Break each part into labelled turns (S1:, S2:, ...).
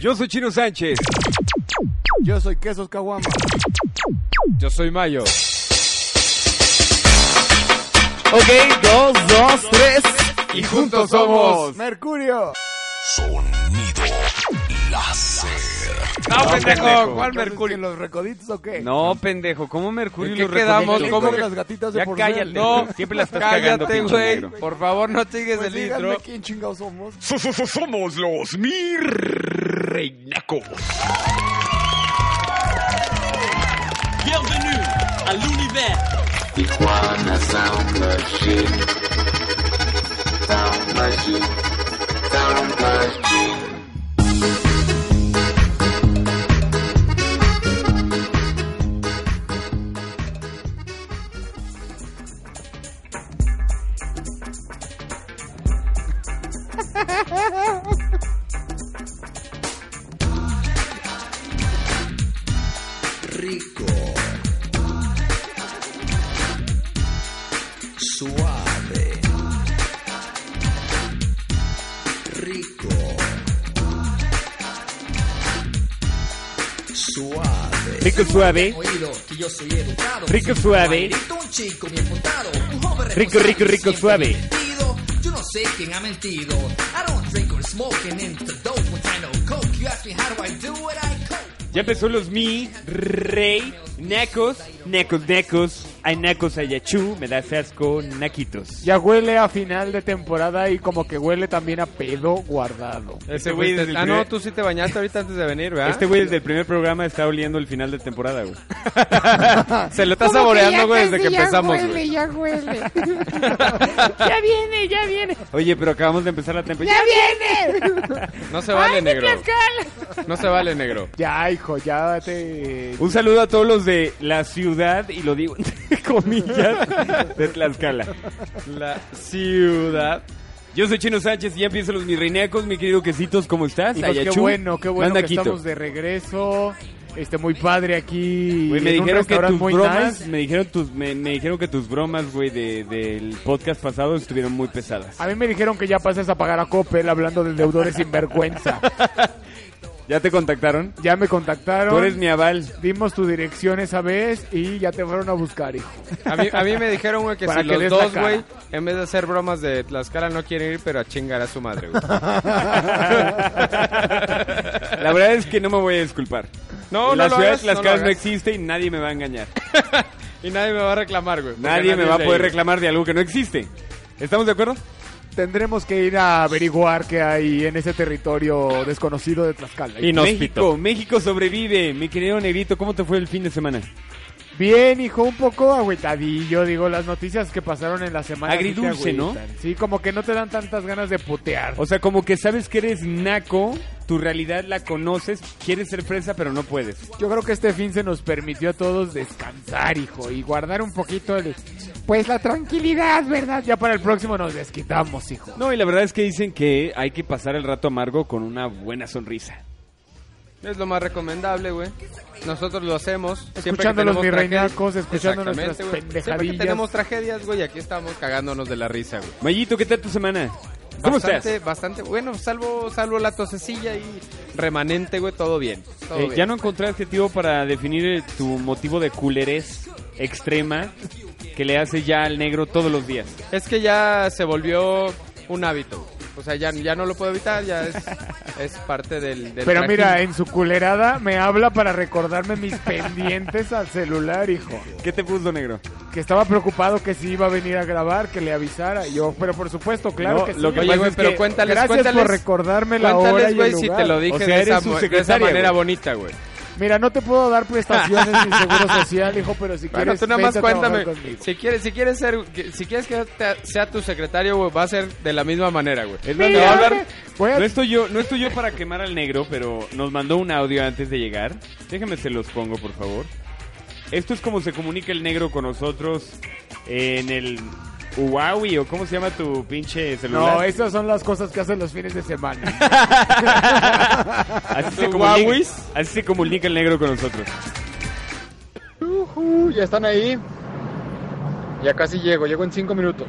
S1: Yo soy Chino Sánchez.
S2: Yo soy Quesos Caguama.
S1: Yo soy Mayo.
S3: Ok, dos, dos, tres.
S1: Y juntos somos.
S2: Mercurio.
S4: Sonido láser.
S1: No, pendejo.
S3: pendejo.
S1: ¿Cuál
S2: Entonces, ¿en
S1: Mercurio?
S2: los recoditos o qué?
S3: No, pendejo, ¿cómo Mercurio
S1: ¿En
S3: y
S1: qué
S3: los
S1: quedamos?
S3: Recoditos,
S1: ¿Cómo
S2: ¿Cómo
S3: güey?
S1: que-
S2: las gatitas de
S3: Ya
S2: por
S3: cállate,
S2: medio?
S3: güey. siempre la estás cagando,
S1: Cállate,
S3: pinche
S1: güey.
S3: negro.
S1: Por favor, no te digas
S2: Pues
S1: el
S2: díganme
S1: intro.
S2: quién chingados somos.
S4: Somos los Mirreinacos.
S5: Bienvenue à l'univers.
S6: Tijuana Sound Machine. Sound Machine. Sound Machine.
S4: Rico. Suave. Rico. Suave.
S7: Rico suave,
S5: Oído, que yo soy educado.
S7: rico suave,
S5: Maldito, un chico bien portado, un joven
S7: Rico, rico, rico,
S5: responsable,
S7: suave.
S5: siempre metido. Yo no sé quién ha mentido. I don't drink or smoke and into dope when I know coke. You ask me how do I do it, I coke.
S7: ya empezó los mi, rey, necos, necos, necos, hay necos ayachú, me das asco, naquitos.
S8: Ya huele a final de temporada y como que huele también a pedo guardado.
S1: Ese
S7: Este güey
S1: güey te-
S7: desde el
S1: Ah, no,
S7: primer-
S1: tú sí te bañaste ahorita antes de venir, ¿verdad?
S7: Este güey desde el primer programa está oliendo el final de temporada, güey.
S1: Se lo está saboreando, güey, desde que empezamos, güey.
S8: Ya huele, ya huele. ya viene, ya viene.
S7: Oye, pero acabamos de empezar la temporada.
S8: ¡Ya viene!
S1: No se vale,
S8: ¡Ay, mi
S1: negro.
S8: Tlaxcala!
S1: No se vale, negro.
S8: Ya, hijo, ya te...
S7: Un saludo a todos los de la ciudad, y lo digo entre comillas, de Tlaxcala.
S1: La ciudad.
S7: Yo soy Chino Sánchez y ya empiezo los mirrinecos, mi querido Quesitos, ¿cómo estás?
S8: Hijos, qué
S7: Ayachú,
S8: bueno, qué bueno
S7: manda
S8: que
S7: quito.
S8: estamos de regreso. Este, muy padre aquí.
S7: Güey, me
S8: en un
S7: dijeron que
S8: restaurante
S7: tus
S8: muy
S7: bromas,
S8: nice.
S7: me dijeron tus, me, me dijeron que tus bromas, güey, de- del podcast pasado estuvieron muy pesadas.
S8: A mí me dijeron que ya pasas a pagar a Coppel hablando del deudor sin vergüenza.
S7: ¿Ya te contactaron?
S8: Ya me contactaron.
S7: Tú eres mi aval.
S8: Dimos tu dirección esa vez y ya te fueron a buscar, hijo.
S1: A mí, a mí me dijeron, güey, que
S8: Para
S1: si
S8: que
S1: los
S8: des la
S1: dos,
S8: cara.
S1: güey, en vez de hacer bromas de Tlaxcala, no quieren ir, pero a chingar a su madre, güey.
S7: La verdad es que no me voy a disculpar.
S1: No,
S7: la
S1: no lo
S7: ciudad
S1: hagas,
S7: de Tlaxcala
S1: no
S7: no,
S1: lo hagas.
S7: existe y nadie me va a engañar.
S1: Y nadie me va a reclamar, güey. porque
S7: Nadie me va a
S1: es de
S7: poder
S1: ahí.
S7: reclamar de algo que no existe. ¿Estamos de acuerdo?
S8: Tendremos que ir a averiguar qué hay en ese territorio desconocido de Tlaxcala.
S7: México, México sobrevive. Mi querido Negrito, ¿cómo te fue el fin de semana?
S8: Bien, hijo, un poco agüitadillo, digo, las noticias que pasaron en la semana. sí te
S7: Agridulce, ¿no?
S8: agüitan. Sí, como que no te dan tantas ganas de putear.
S7: O sea, como que sabes que eres naco, tu realidad la conoces, quieres ser fresa, pero no puedes.
S8: Yo creo que este fin se nos permitió a todos descansar, hijo, y guardar un poquito el... Pues la tranquilidad, ¿verdad? Ya para el próximo nos desquitamos, hijo.
S7: No, y la verdad es que dicen que hay que pasar el rato amargo con una buena sonrisa.
S1: Es lo más recomendable, güey. Nosotros lo hacemos. siempre que
S8: Escuchando los
S1: tenemos
S8: mirreinacos,
S1: tragedias.
S8: escuchando nuestras
S1: Exactamente, güey. Siempre que
S8: pendejadillas.
S1: tenemos tragedias, güey, aquí estamos cagándonos de la risa, güey.
S7: Mayito, ¿qué tal tu semana? ¿Cómo
S1: bastante,
S7: estás?
S1: Bastante, bueno, salvo, salvo la tosecilla y remanente, güey, todo bien. todo
S7: Eh,
S1: bien.
S7: ya no encontré adjetivo para definir eh, tu motivo de culerez extrema que le hace ya al negro todos los días.
S1: Es que ya se volvió un hábito. güey. O sea, ya, ya no lo puedo evitar, ya es, es parte del, del
S8: Pero mira, eh,
S1: trajín.
S8: en su culerada me habla para recordarme mis pendientes al celular, hijo.
S7: ¿Qué te puso negro?
S8: que estaba preocupado que si iba a venir a grabar, que le avisara. Y Yo, pero por supuesto, claro
S7: No,
S8: que sí.
S7: lo que
S1: Oye,
S7: pasa
S1: güey,
S7: es
S1: pero
S7: que-
S1: cuéntales,
S8: Gracias
S1: cuéntales.
S8: por recordarme la hora
S1: Cuéntales,
S8: y
S1: güey,
S8: el
S1: si
S8: lugar.
S1: te lo dije
S7: O sea,
S1: de,
S7: eres
S1: esa,
S7: su
S1: mo- de esa
S7: secretaria,
S1: manera
S7: güey.
S1: bonita, güey.
S8: Mira, no te puedo dar prestaciones ni seguro social, hijo, pero si
S1: Bueno,
S8: quieres,
S1: tú nada más
S8: vente a trabajar
S1: cuéntame.
S8: conmigo.
S1: Si quieres, si quieres ser, que- si quieres que te- sea tu secretario, güey, va a ser de la misma manera, güey.
S7: Es
S8: Mira,
S7: más, te voy a hablar-
S8: voy a-
S7: No estoy yo, no estoy yo para quemar al negro, pero nos mandó un audio antes de llegar. Déjame se los pongo, por favor. Esto es como se comunica el negro con nosotros en el Huawei o cómo se llama tu pinche celular.
S8: No, esas son las cosas que hacen los fines de semana.
S7: así se
S1: ¿Tu
S7: comunica,
S1: Huawei?
S7: así se comunica el negro con nosotros.
S9: ¿Ya están ahí?
S10: Ya casi llego, llego en cinco minutos.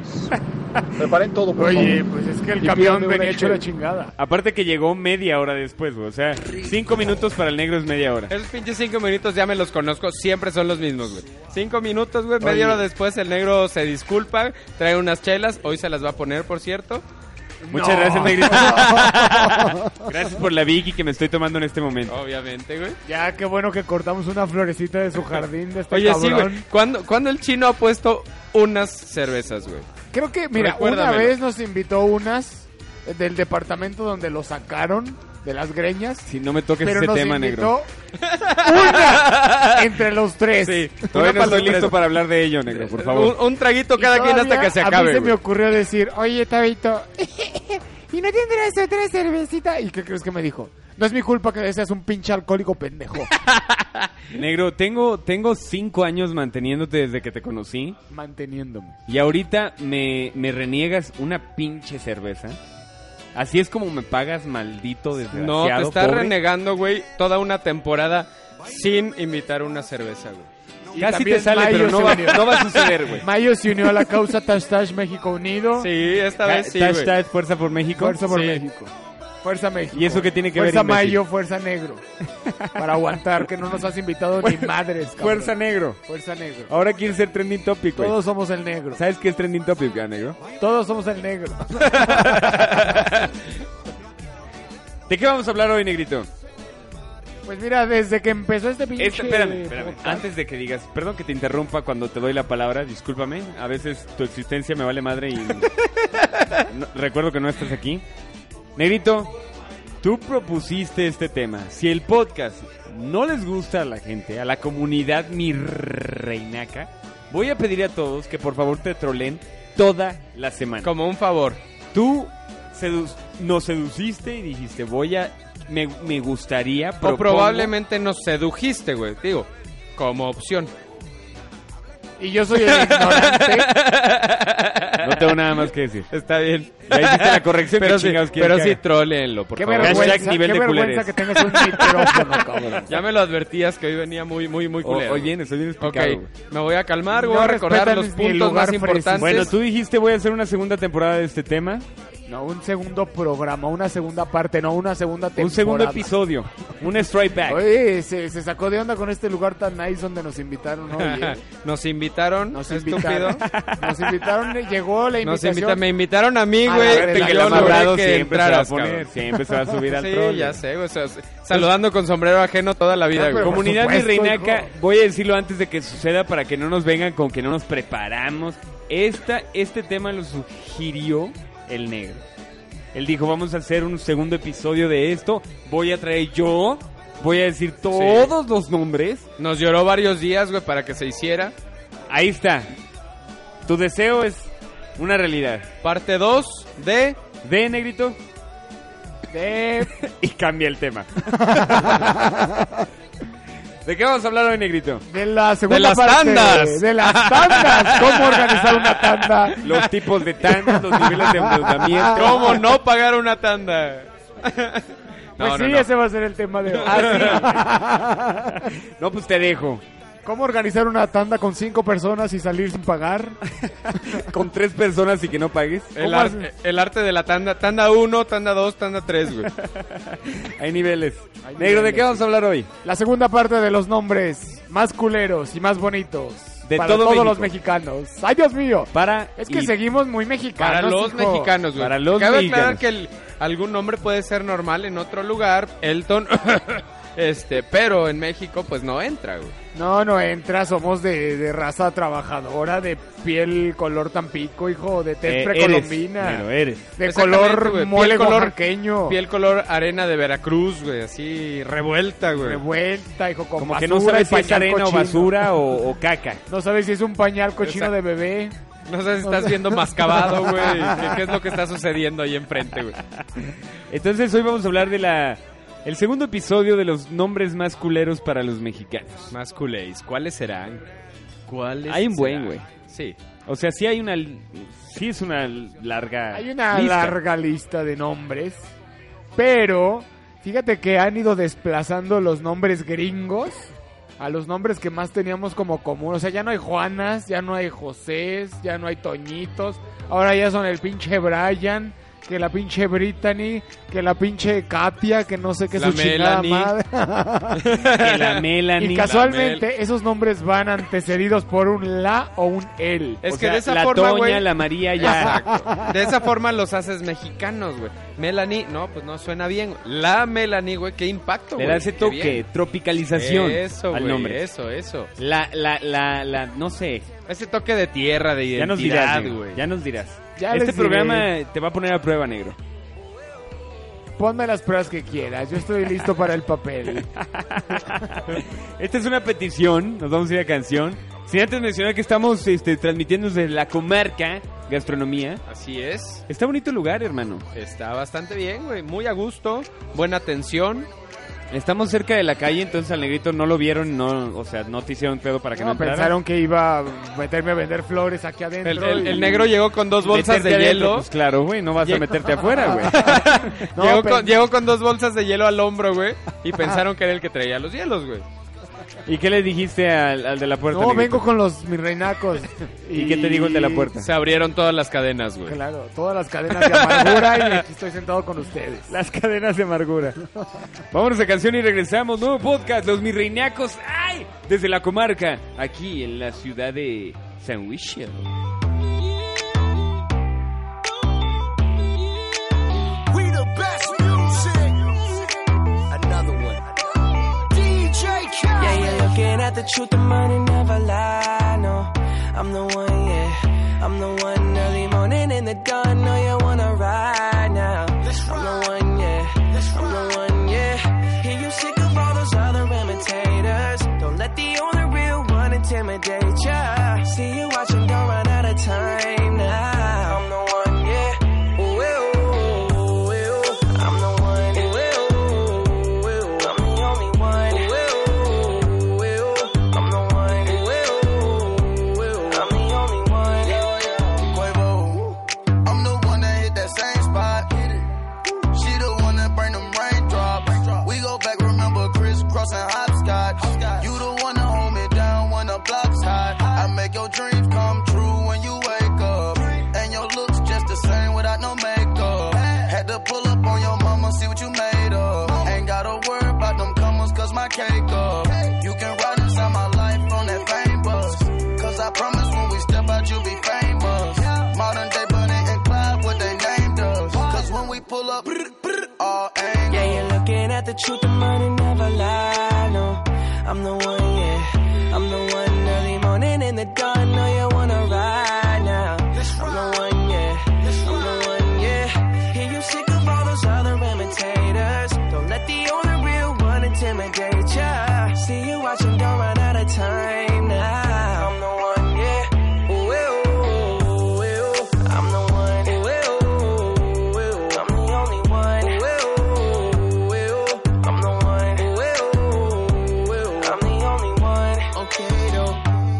S10: Preparen todo, por
S8: Oye,
S10: favor.
S8: pues es que el
S10: Y
S8: camión
S10: pídame una
S8: venía hecho la
S10: chela.
S8: chingada.
S7: Aparte que llegó media hora después, güey. O sea, cinco minutos para el negro es media hora.
S4: Esos pinches cinco minutos ya me los conozco, siempre son los mismos, güey. Cinco minutos, güey, media hora después el negro se disculpa, trae unas chelas, hoy se las va a poner, por cierto.
S7: Muchas gracias, negrito. gracias por la Vicky que me estoy tomando en este momento.
S4: Obviamente, güey.
S8: Ya, qué bueno que cortamos una florecita de su jardín de este
S4: Oye, sí,
S8: cabrón.
S4: güey. ¿Cuándo, cuándo el chino ha puesto unas cervezas, güey?
S8: Creo que, mira, una
S4: Recuérdamelo.
S8: vez nos invitó unas del departamento donde lo sacaron de las greñas.
S7: Si no me toques
S8: Pero
S7: ese
S8: nos
S7: tema, negro.
S8: invitó una entre los tres.
S7: Sí, todavía no
S4: para
S7: estoy
S4: los
S7: listo
S4: tres.
S7: para hablar de ello, negro, por favor.
S4: Un, un traguito
S8: Y
S4: cada quien hasta
S8: todavía
S4: que se
S8: A mí
S4: acabe,
S8: se me
S4: güey.
S8: ocurrió decir, oye, Tabito, ¿y no tendrás otra cervecita? ¿Y qué crees que me dijo? No es mi culpa que seas un pinche alcohólico pendejo.
S7: Negro, tengo, tengo cinco años manteniéndote desde que te conocí.
S8: Manteniéndome.
S7: Y ahorita me, me reniegas una pinche cerveza. Así es como me pagas, maldito
S4: No,
S7: desgraciado.
S4: te estás
S7: pobre.
S4: renegando, güey, toda una temporada sin invitar una cerveza, güey.
S7: Casi
S8: también
S7: te sale,
S8: Mayo
S7: pero no
S8: se
S7: va,
S8: unió.
S7: no va a suceder, güey.
S8: Mayo se unió a la causa Tashtag México Unido.
S4: Sí, esta vez sí, güey.
S7: Hashtag Fuerza por México.
S8: Fuerza por
S4: Sí.
S8: México. Fuerza México.
S7: ¿Y eso qué tiene que ver,
S8: Fuerza
S7: imbécil?
S8: Mayo, Fuerza Negro. Para aguantar, que no nos has invitado ni madres, cabrón.
S7: Fuerza Oh, pues. Negro.
S8: Fuerza Negro.
S7: Ahora quiere ser trending topic, güey.
S8: Todos somos el negro.
S7: ¿Sabes qué es trending topic, ah, negro?
S8: Todos somos el negro.
S7: ¿De qué vamos a hablar hoy, negrito?
S8: Pues mira, desde que empezó este pinche...
S7: Este- espérame, espérame.
S8: podcast,
S7: Antes de que digas, perdón que te interrumpa cuando te doy la palabra, discúlpame. A veces tu existencia me vale madre y no- recuerdo que no estás aquí. Negrito, tú propusiste este tema. Si el podcast no les gusta a la gente, a la comunidad mi reinaca, voy a pedir a todos que por favor te troleen toda la semana.
S4: Como un favor.
S7: Tú sedu- nos seduciste y dijiste, voy a... Me, me gustaría...
S4: O
S7: propongo-
S4: probablemente nos sedujiste, güey, digo, como opción.
S8: Y yo soy el ignorante.
S7: No tengo nada más que decir.
S4: Está bien.
S7: Ya hiciste la corrección,
S4: Pero
S7: ¿qué
S4: sí,
S7: chingados quieres
S4: pero
S7: que
S4: sí,
S7: haga?
S4: trólenlo, por
S8: qué
S4: favor.
S8: vergüenza,
S7: nivel
S8: qué
S7: de
S8: vergüenza
S7: culeres.
S8: que tengas un micrófono, cabrón.
S4: Ya me lo advertías que hoy venía muy, muy, muy
S7: O-
S4: culero.
S7: Hoy vienes, hoy vienes
S4: Ok,
S7: picado, güey.
S4: me voy a calmar, voy
S8: No
S4: a recordar
S8: respetan
S4: los
S8: ni el
S4: puntos
S8: lugar
S4: más
S8: fresco.
S4: importantes.
S7: Bueno, tú dijiste voy a hacer una segunda temporada de este tema.
S8: No, un segundo programa, una segunda parte, no, una segunda temporada.
S7: Un segundo episodio. Un strike back.
S8: Oye, se, se sacó de onda con este lugar tan nice donde nos invitaron, oye.
S4: nos invitaron,
S8: Nos
S4: estúpido.
S8: invitaron. Nos invitaron, eh, legó la
S4: Nos
S8: invitación.
S4: invita, me invitaron a mí,
S8: A
S4: güey.
S8: ver, el
S7: que
S4: y yo
S7: el
S8: Alambrado
S4: logré
S7: amarrado siempre
S4: que
S7: se va a
S4: entraras,
S7: poner,
S4: cabrón.
S7: siempre se va a subir al
S4: Sí,
S7: troll.
S4: ya sé, güey. o sea, saludando con sombrero ajeno toda la vida,
S8: No,
S4: güey.
S8: pero-
S4: Como-
S7: Comunidad
S8: Por
S7: mi
S8: supuesto,
S7: reinaca,
S8: hijo.
S7: voy a decirlo antes de que suceda para que no nos vengan con que no nos preparamos. Esta, este tema lo sugirió el negro. Él dijo, vamos a hacer un segundo episodio de esto. Voy a traer yo, voy a decir todos los nombres.
S4: Nos lloró varios días, güey, para que se hiciera.
S7: Ahí está. Tu deseo es una realidad.
S4: Parte 2 de...
S7: De negrito
S8: De-
S7: y cambia el tema. ¿De qué vamos a hablar hoy, negrito?
S8: De la segunda
S4: De las
S8: parte,
S4: tandas.
S8: De las tandas. ¿Cómo organizar una tanda?
S7: Los tipos de tandas, los niveles de endeudamiento.
S4: ¿Cómo no pagar una tanda? No,
S8: Pues
S4: no, Ah,
S8: sí,
S4: no.
S8: ese va a ser el tema de hoy.
S7: No, pues te dejo.
S8: ¿Cómo organizar una tanda con cinco personas y salir sin pagar?
S7: Con tres personas y que no pagues.
S4: El,
S8: ¿Cómo
S4: ar-
S8: haces?
S4: el arte de la tanda. Tanda 1, tanda 2, tanda 3, güey.
S7: Hay niveles. Negro, ¿de qué vamos a hablar hoy?
S8: La segunda parte de los nombres más culeros y más bonitos.
S7: De
S8: para
S7: todo
S8: todos
S7: México.
S8: los mexicanos. ¡Ay, Dios mío!
S7: Para.
S8: Es que
S7: y-
S8: seguimos muy mexicanos.
S4: Para los
S8: hijo.
S4: mexicanos, güey.
S7: Para los
S4: Cabe
S7: mexicanos.
S4: aclarar que el- algún nombre puede ser normal en otro lugar. Elton, este, pero en México, pues no entra, güey.
S8: No, no entra, somos de, de raza trabajadora, de piel color tampico, hijo, de tez
S7: eh,
S8: precolombina,
S7: Eres, eh. negro, eres.
S8: de
S4: Exactamente,
S8: color
S4: güey. Piel
S8: mole
S4: color-
S8: oaxaqueño,
S4: Piel color arena de Veracruz, güey. Así revuelta, güey.
S8: revuelta, hijo, con
S7: Como
S8: basura
S7: que no
S8: y
S7: sabes si es
S8: pañal
S7: arena o
S8: cochino.
S7: basura o, o caca.
S8: No sabes si es un pañal cochino
S4: Exacto.
S8: de bebé.
S4: No sé si estás viendo mascabado, güey. ¿Qué, qué es lo que está sucediendo ahí enfrente, güey?
S7: Entonces hoy vamos a hablar de la. El segundo episodio de los nombres más culeros para los mexicanos.
S4: Más culéis. ¿Cuáles serán? ¿Cuáles
S7: Hay un buen,
S4: serán?
S7: güey.
S4: Sí.
S7: O sea, sí hay una. Sí es una larga.
S8: Hay una
S7: Ah, lista.
S8: larga lista de nombres, pero fíjate que han ido desplazando los nombres gringos a los nombres que más teníamos como común. O sea, ya no hay Juanas, ya no hay Josés, ya no hay Toñitos. Ahora ya son el pinche Brian, que la pinche Brittany, que la pinche Katia, que no sé qué
S7: La
S8: su chingada
S7: Melanie.
S8: madre.
S4: Que la Melanie.
S8: y
S7: la
S8: casualmente esos nombres van antecedidos por un la o un el.
S7: Es
S4: O
S7: que
S4: sea,
S7: de esa
S4: la
S7: forma,
S4: Toña,
S7: güey.
S4: la María ya.
S7: De esa forma los haces mexicanos, güey. Melanie, no, pues no suena bien. güey. La Melanie, güey, qué impacto,
S4: Le
S7: güey.
S4: da ese
S7: Qué
S4: toque,
S7: bien.
S4: tropicalización
S7: Eso,
S4: al
S7: güey.
S4: nombre.
S7: Eso, eso.
S4: La, la, la, la, no sé.
S7: Ese toque de tierra, de
S4: Ya nos
S7: identidad,
S4: dirás,
S7: güey.
S4: güey. Ya nos dirás.
S8: Ya
S4: este
S8: les
S4: programa te va a poner a prueba, negro.
S8: Ponme las pruebas que quieras, yo estoy listo para el papel.
S4: Esta es una petición, nos vamos a ir a canción. Sin antes mencionar que estamos este, transmitiendo desde la comarca Gastronomía.
S7: Así es.
S4: Está bonito el lugar, hermano.
S7: Está bastante bien, güey. Muy a gusto. Buena atención.
S4: Estamos cerca de la calle, entonces al negrito no lo vieron, no, o sea, no te hicieron pedo para que
S7: Ah,
S4: no,
S8: No,
S4: entrara.
S8: pensaron que iba a meterme a vender flores aquí adentro.
S7: El, el-
S8: y-
S7: el negro llegó con dos bolsas
S4: Meterte
S7: de
S4: adentro,
S7: hielo.
S4: Pues claro, güey, no vas a
S7: Llegó-
S4: meterte afuera, güey.
S8: No,
S7: llegó,
S8: pero-
S7: con, llegó con dos bolsas de hielo al hombro, güey. Y pensaron que era el que traía los hielos, güey.
S4: ¿Y qué le dijiste al, al de la puerta?
S8: No,
S4: negrito?
S8: vengo con los mis reinacos.
S4: ¿Y qué te digo el de la puerta?
S7: Se abrieron todas las cadenas, güey.
S8: Claro, todas las cadenas de amargura y aquí estoy sentado con ustedes.
S4: Las cadenas de amargura. Vámonos a canción y regresamos. Nuevo podcast, Los Mirreinacos. ¡Ay! Desde la comarca, aquí en la ciudad de San Luis.
S11: We the best music. Another one. DJ Khaled.
S12: Yeah, yeah, looking at the truth, the money never lie. No, I'm the one, yeah. I'm the one early morning in the dawn. No, you wanna ride now. I'm the one, yeah. I'm the one, yeah. Hear you sick of all those other imitators. Don't let the only real one intimidate ya. See you watching, don't run out of time now. I'm the one, yeah. Ooh, ooh, ooh, ooh. I'm the one. Ooh, ooh, ooh, ooh. I'm the only one. Ooh, ooh, ooh. I'm the one. Ooh, ooh, ooh. I'm the only one.
S5: Quavo. I'm the one that hit that same spot. She the one that bring them raindrops. We go back, remember crisscross and hopscotch. You the one that hold me down when the block's hot. I make your dreams come true when you wake up. And your looks just the same without no makeup. Had to pull up on your mama, see what you made of. Ain't gotta worry about them commas, cause my cake up. You can ride inside my life on that fame bus. Cause I promise when we step out, you'll be famous. Modern day Bunny and Clyde, what they named us. Cause when we pull up, all angles.
S12: Yeah, you're looking at the truth, the money never lie. No, I'm the one, yeah. I'm the one early morning in the dawn. No, you wanna ride now. I'm the one, yeah. I'm the one, yeah. Hear you sick of all those other imitators. Don't let the only real one intimidate ya. See you watching, don't run out of time now. I'm the one, yeah. Ooh, eh, ooh, ooh, ooh. I'm the one. Ooh, ooh, ooh, ooh. I'm the only one. eh, Ooh, ooh, ooh. I'm the one. Ooh, ooh, ooh. I'm the only one.
S5: okay though.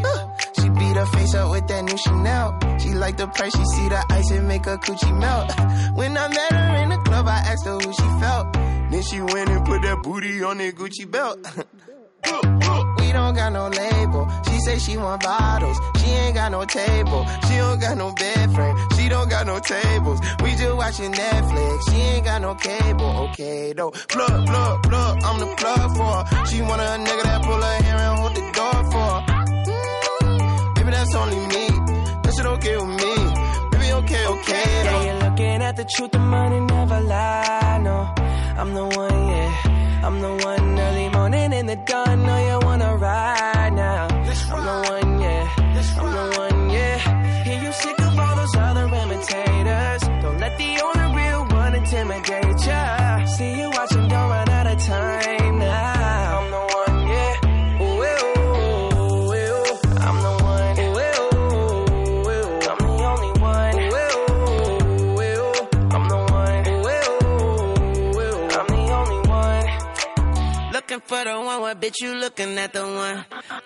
S5: Huh. She beat her face up with that new Chanel. She like the price, she see the ice and make her coochie melt. When I met her in the club, I asked her who she felt. Then she went and put that booty on that Gucci belt. we don't got no label. She say she want bottles. She ain't got no table. She don't got no bed frame. She don't got no tables. We just watching Netflix. She ain't got no cable. Okay though. Plug, plug, plug. I'm the plug for her. She want a nigga that pull her hair and hold the door for her. Mm, Baby, that's only me. That shit okay with me. Baby, okay, okay though.
S12: Yeah, you're looking at the truth, the money never lie. No, I'm the one, yeah. I'm the one early morning in the dawn. No, you wanna ride now. I'm the one, yeah. I'm the one, yeah. Hear you sick of all those other imitators. Don't let the only real one intimidate ya. See you watching, don't run out of time now. I'm the one, yeah. Ooh, ooh, ooh, ooh. I'm the one. Ooh, ooh, ooh, ooh. I'm the only one. Ooh, ooh, ooh. I'm the one. Ooh, ooh, ooh. I'm the only one.
S11: Looking for the one, what bitch you looking at the one?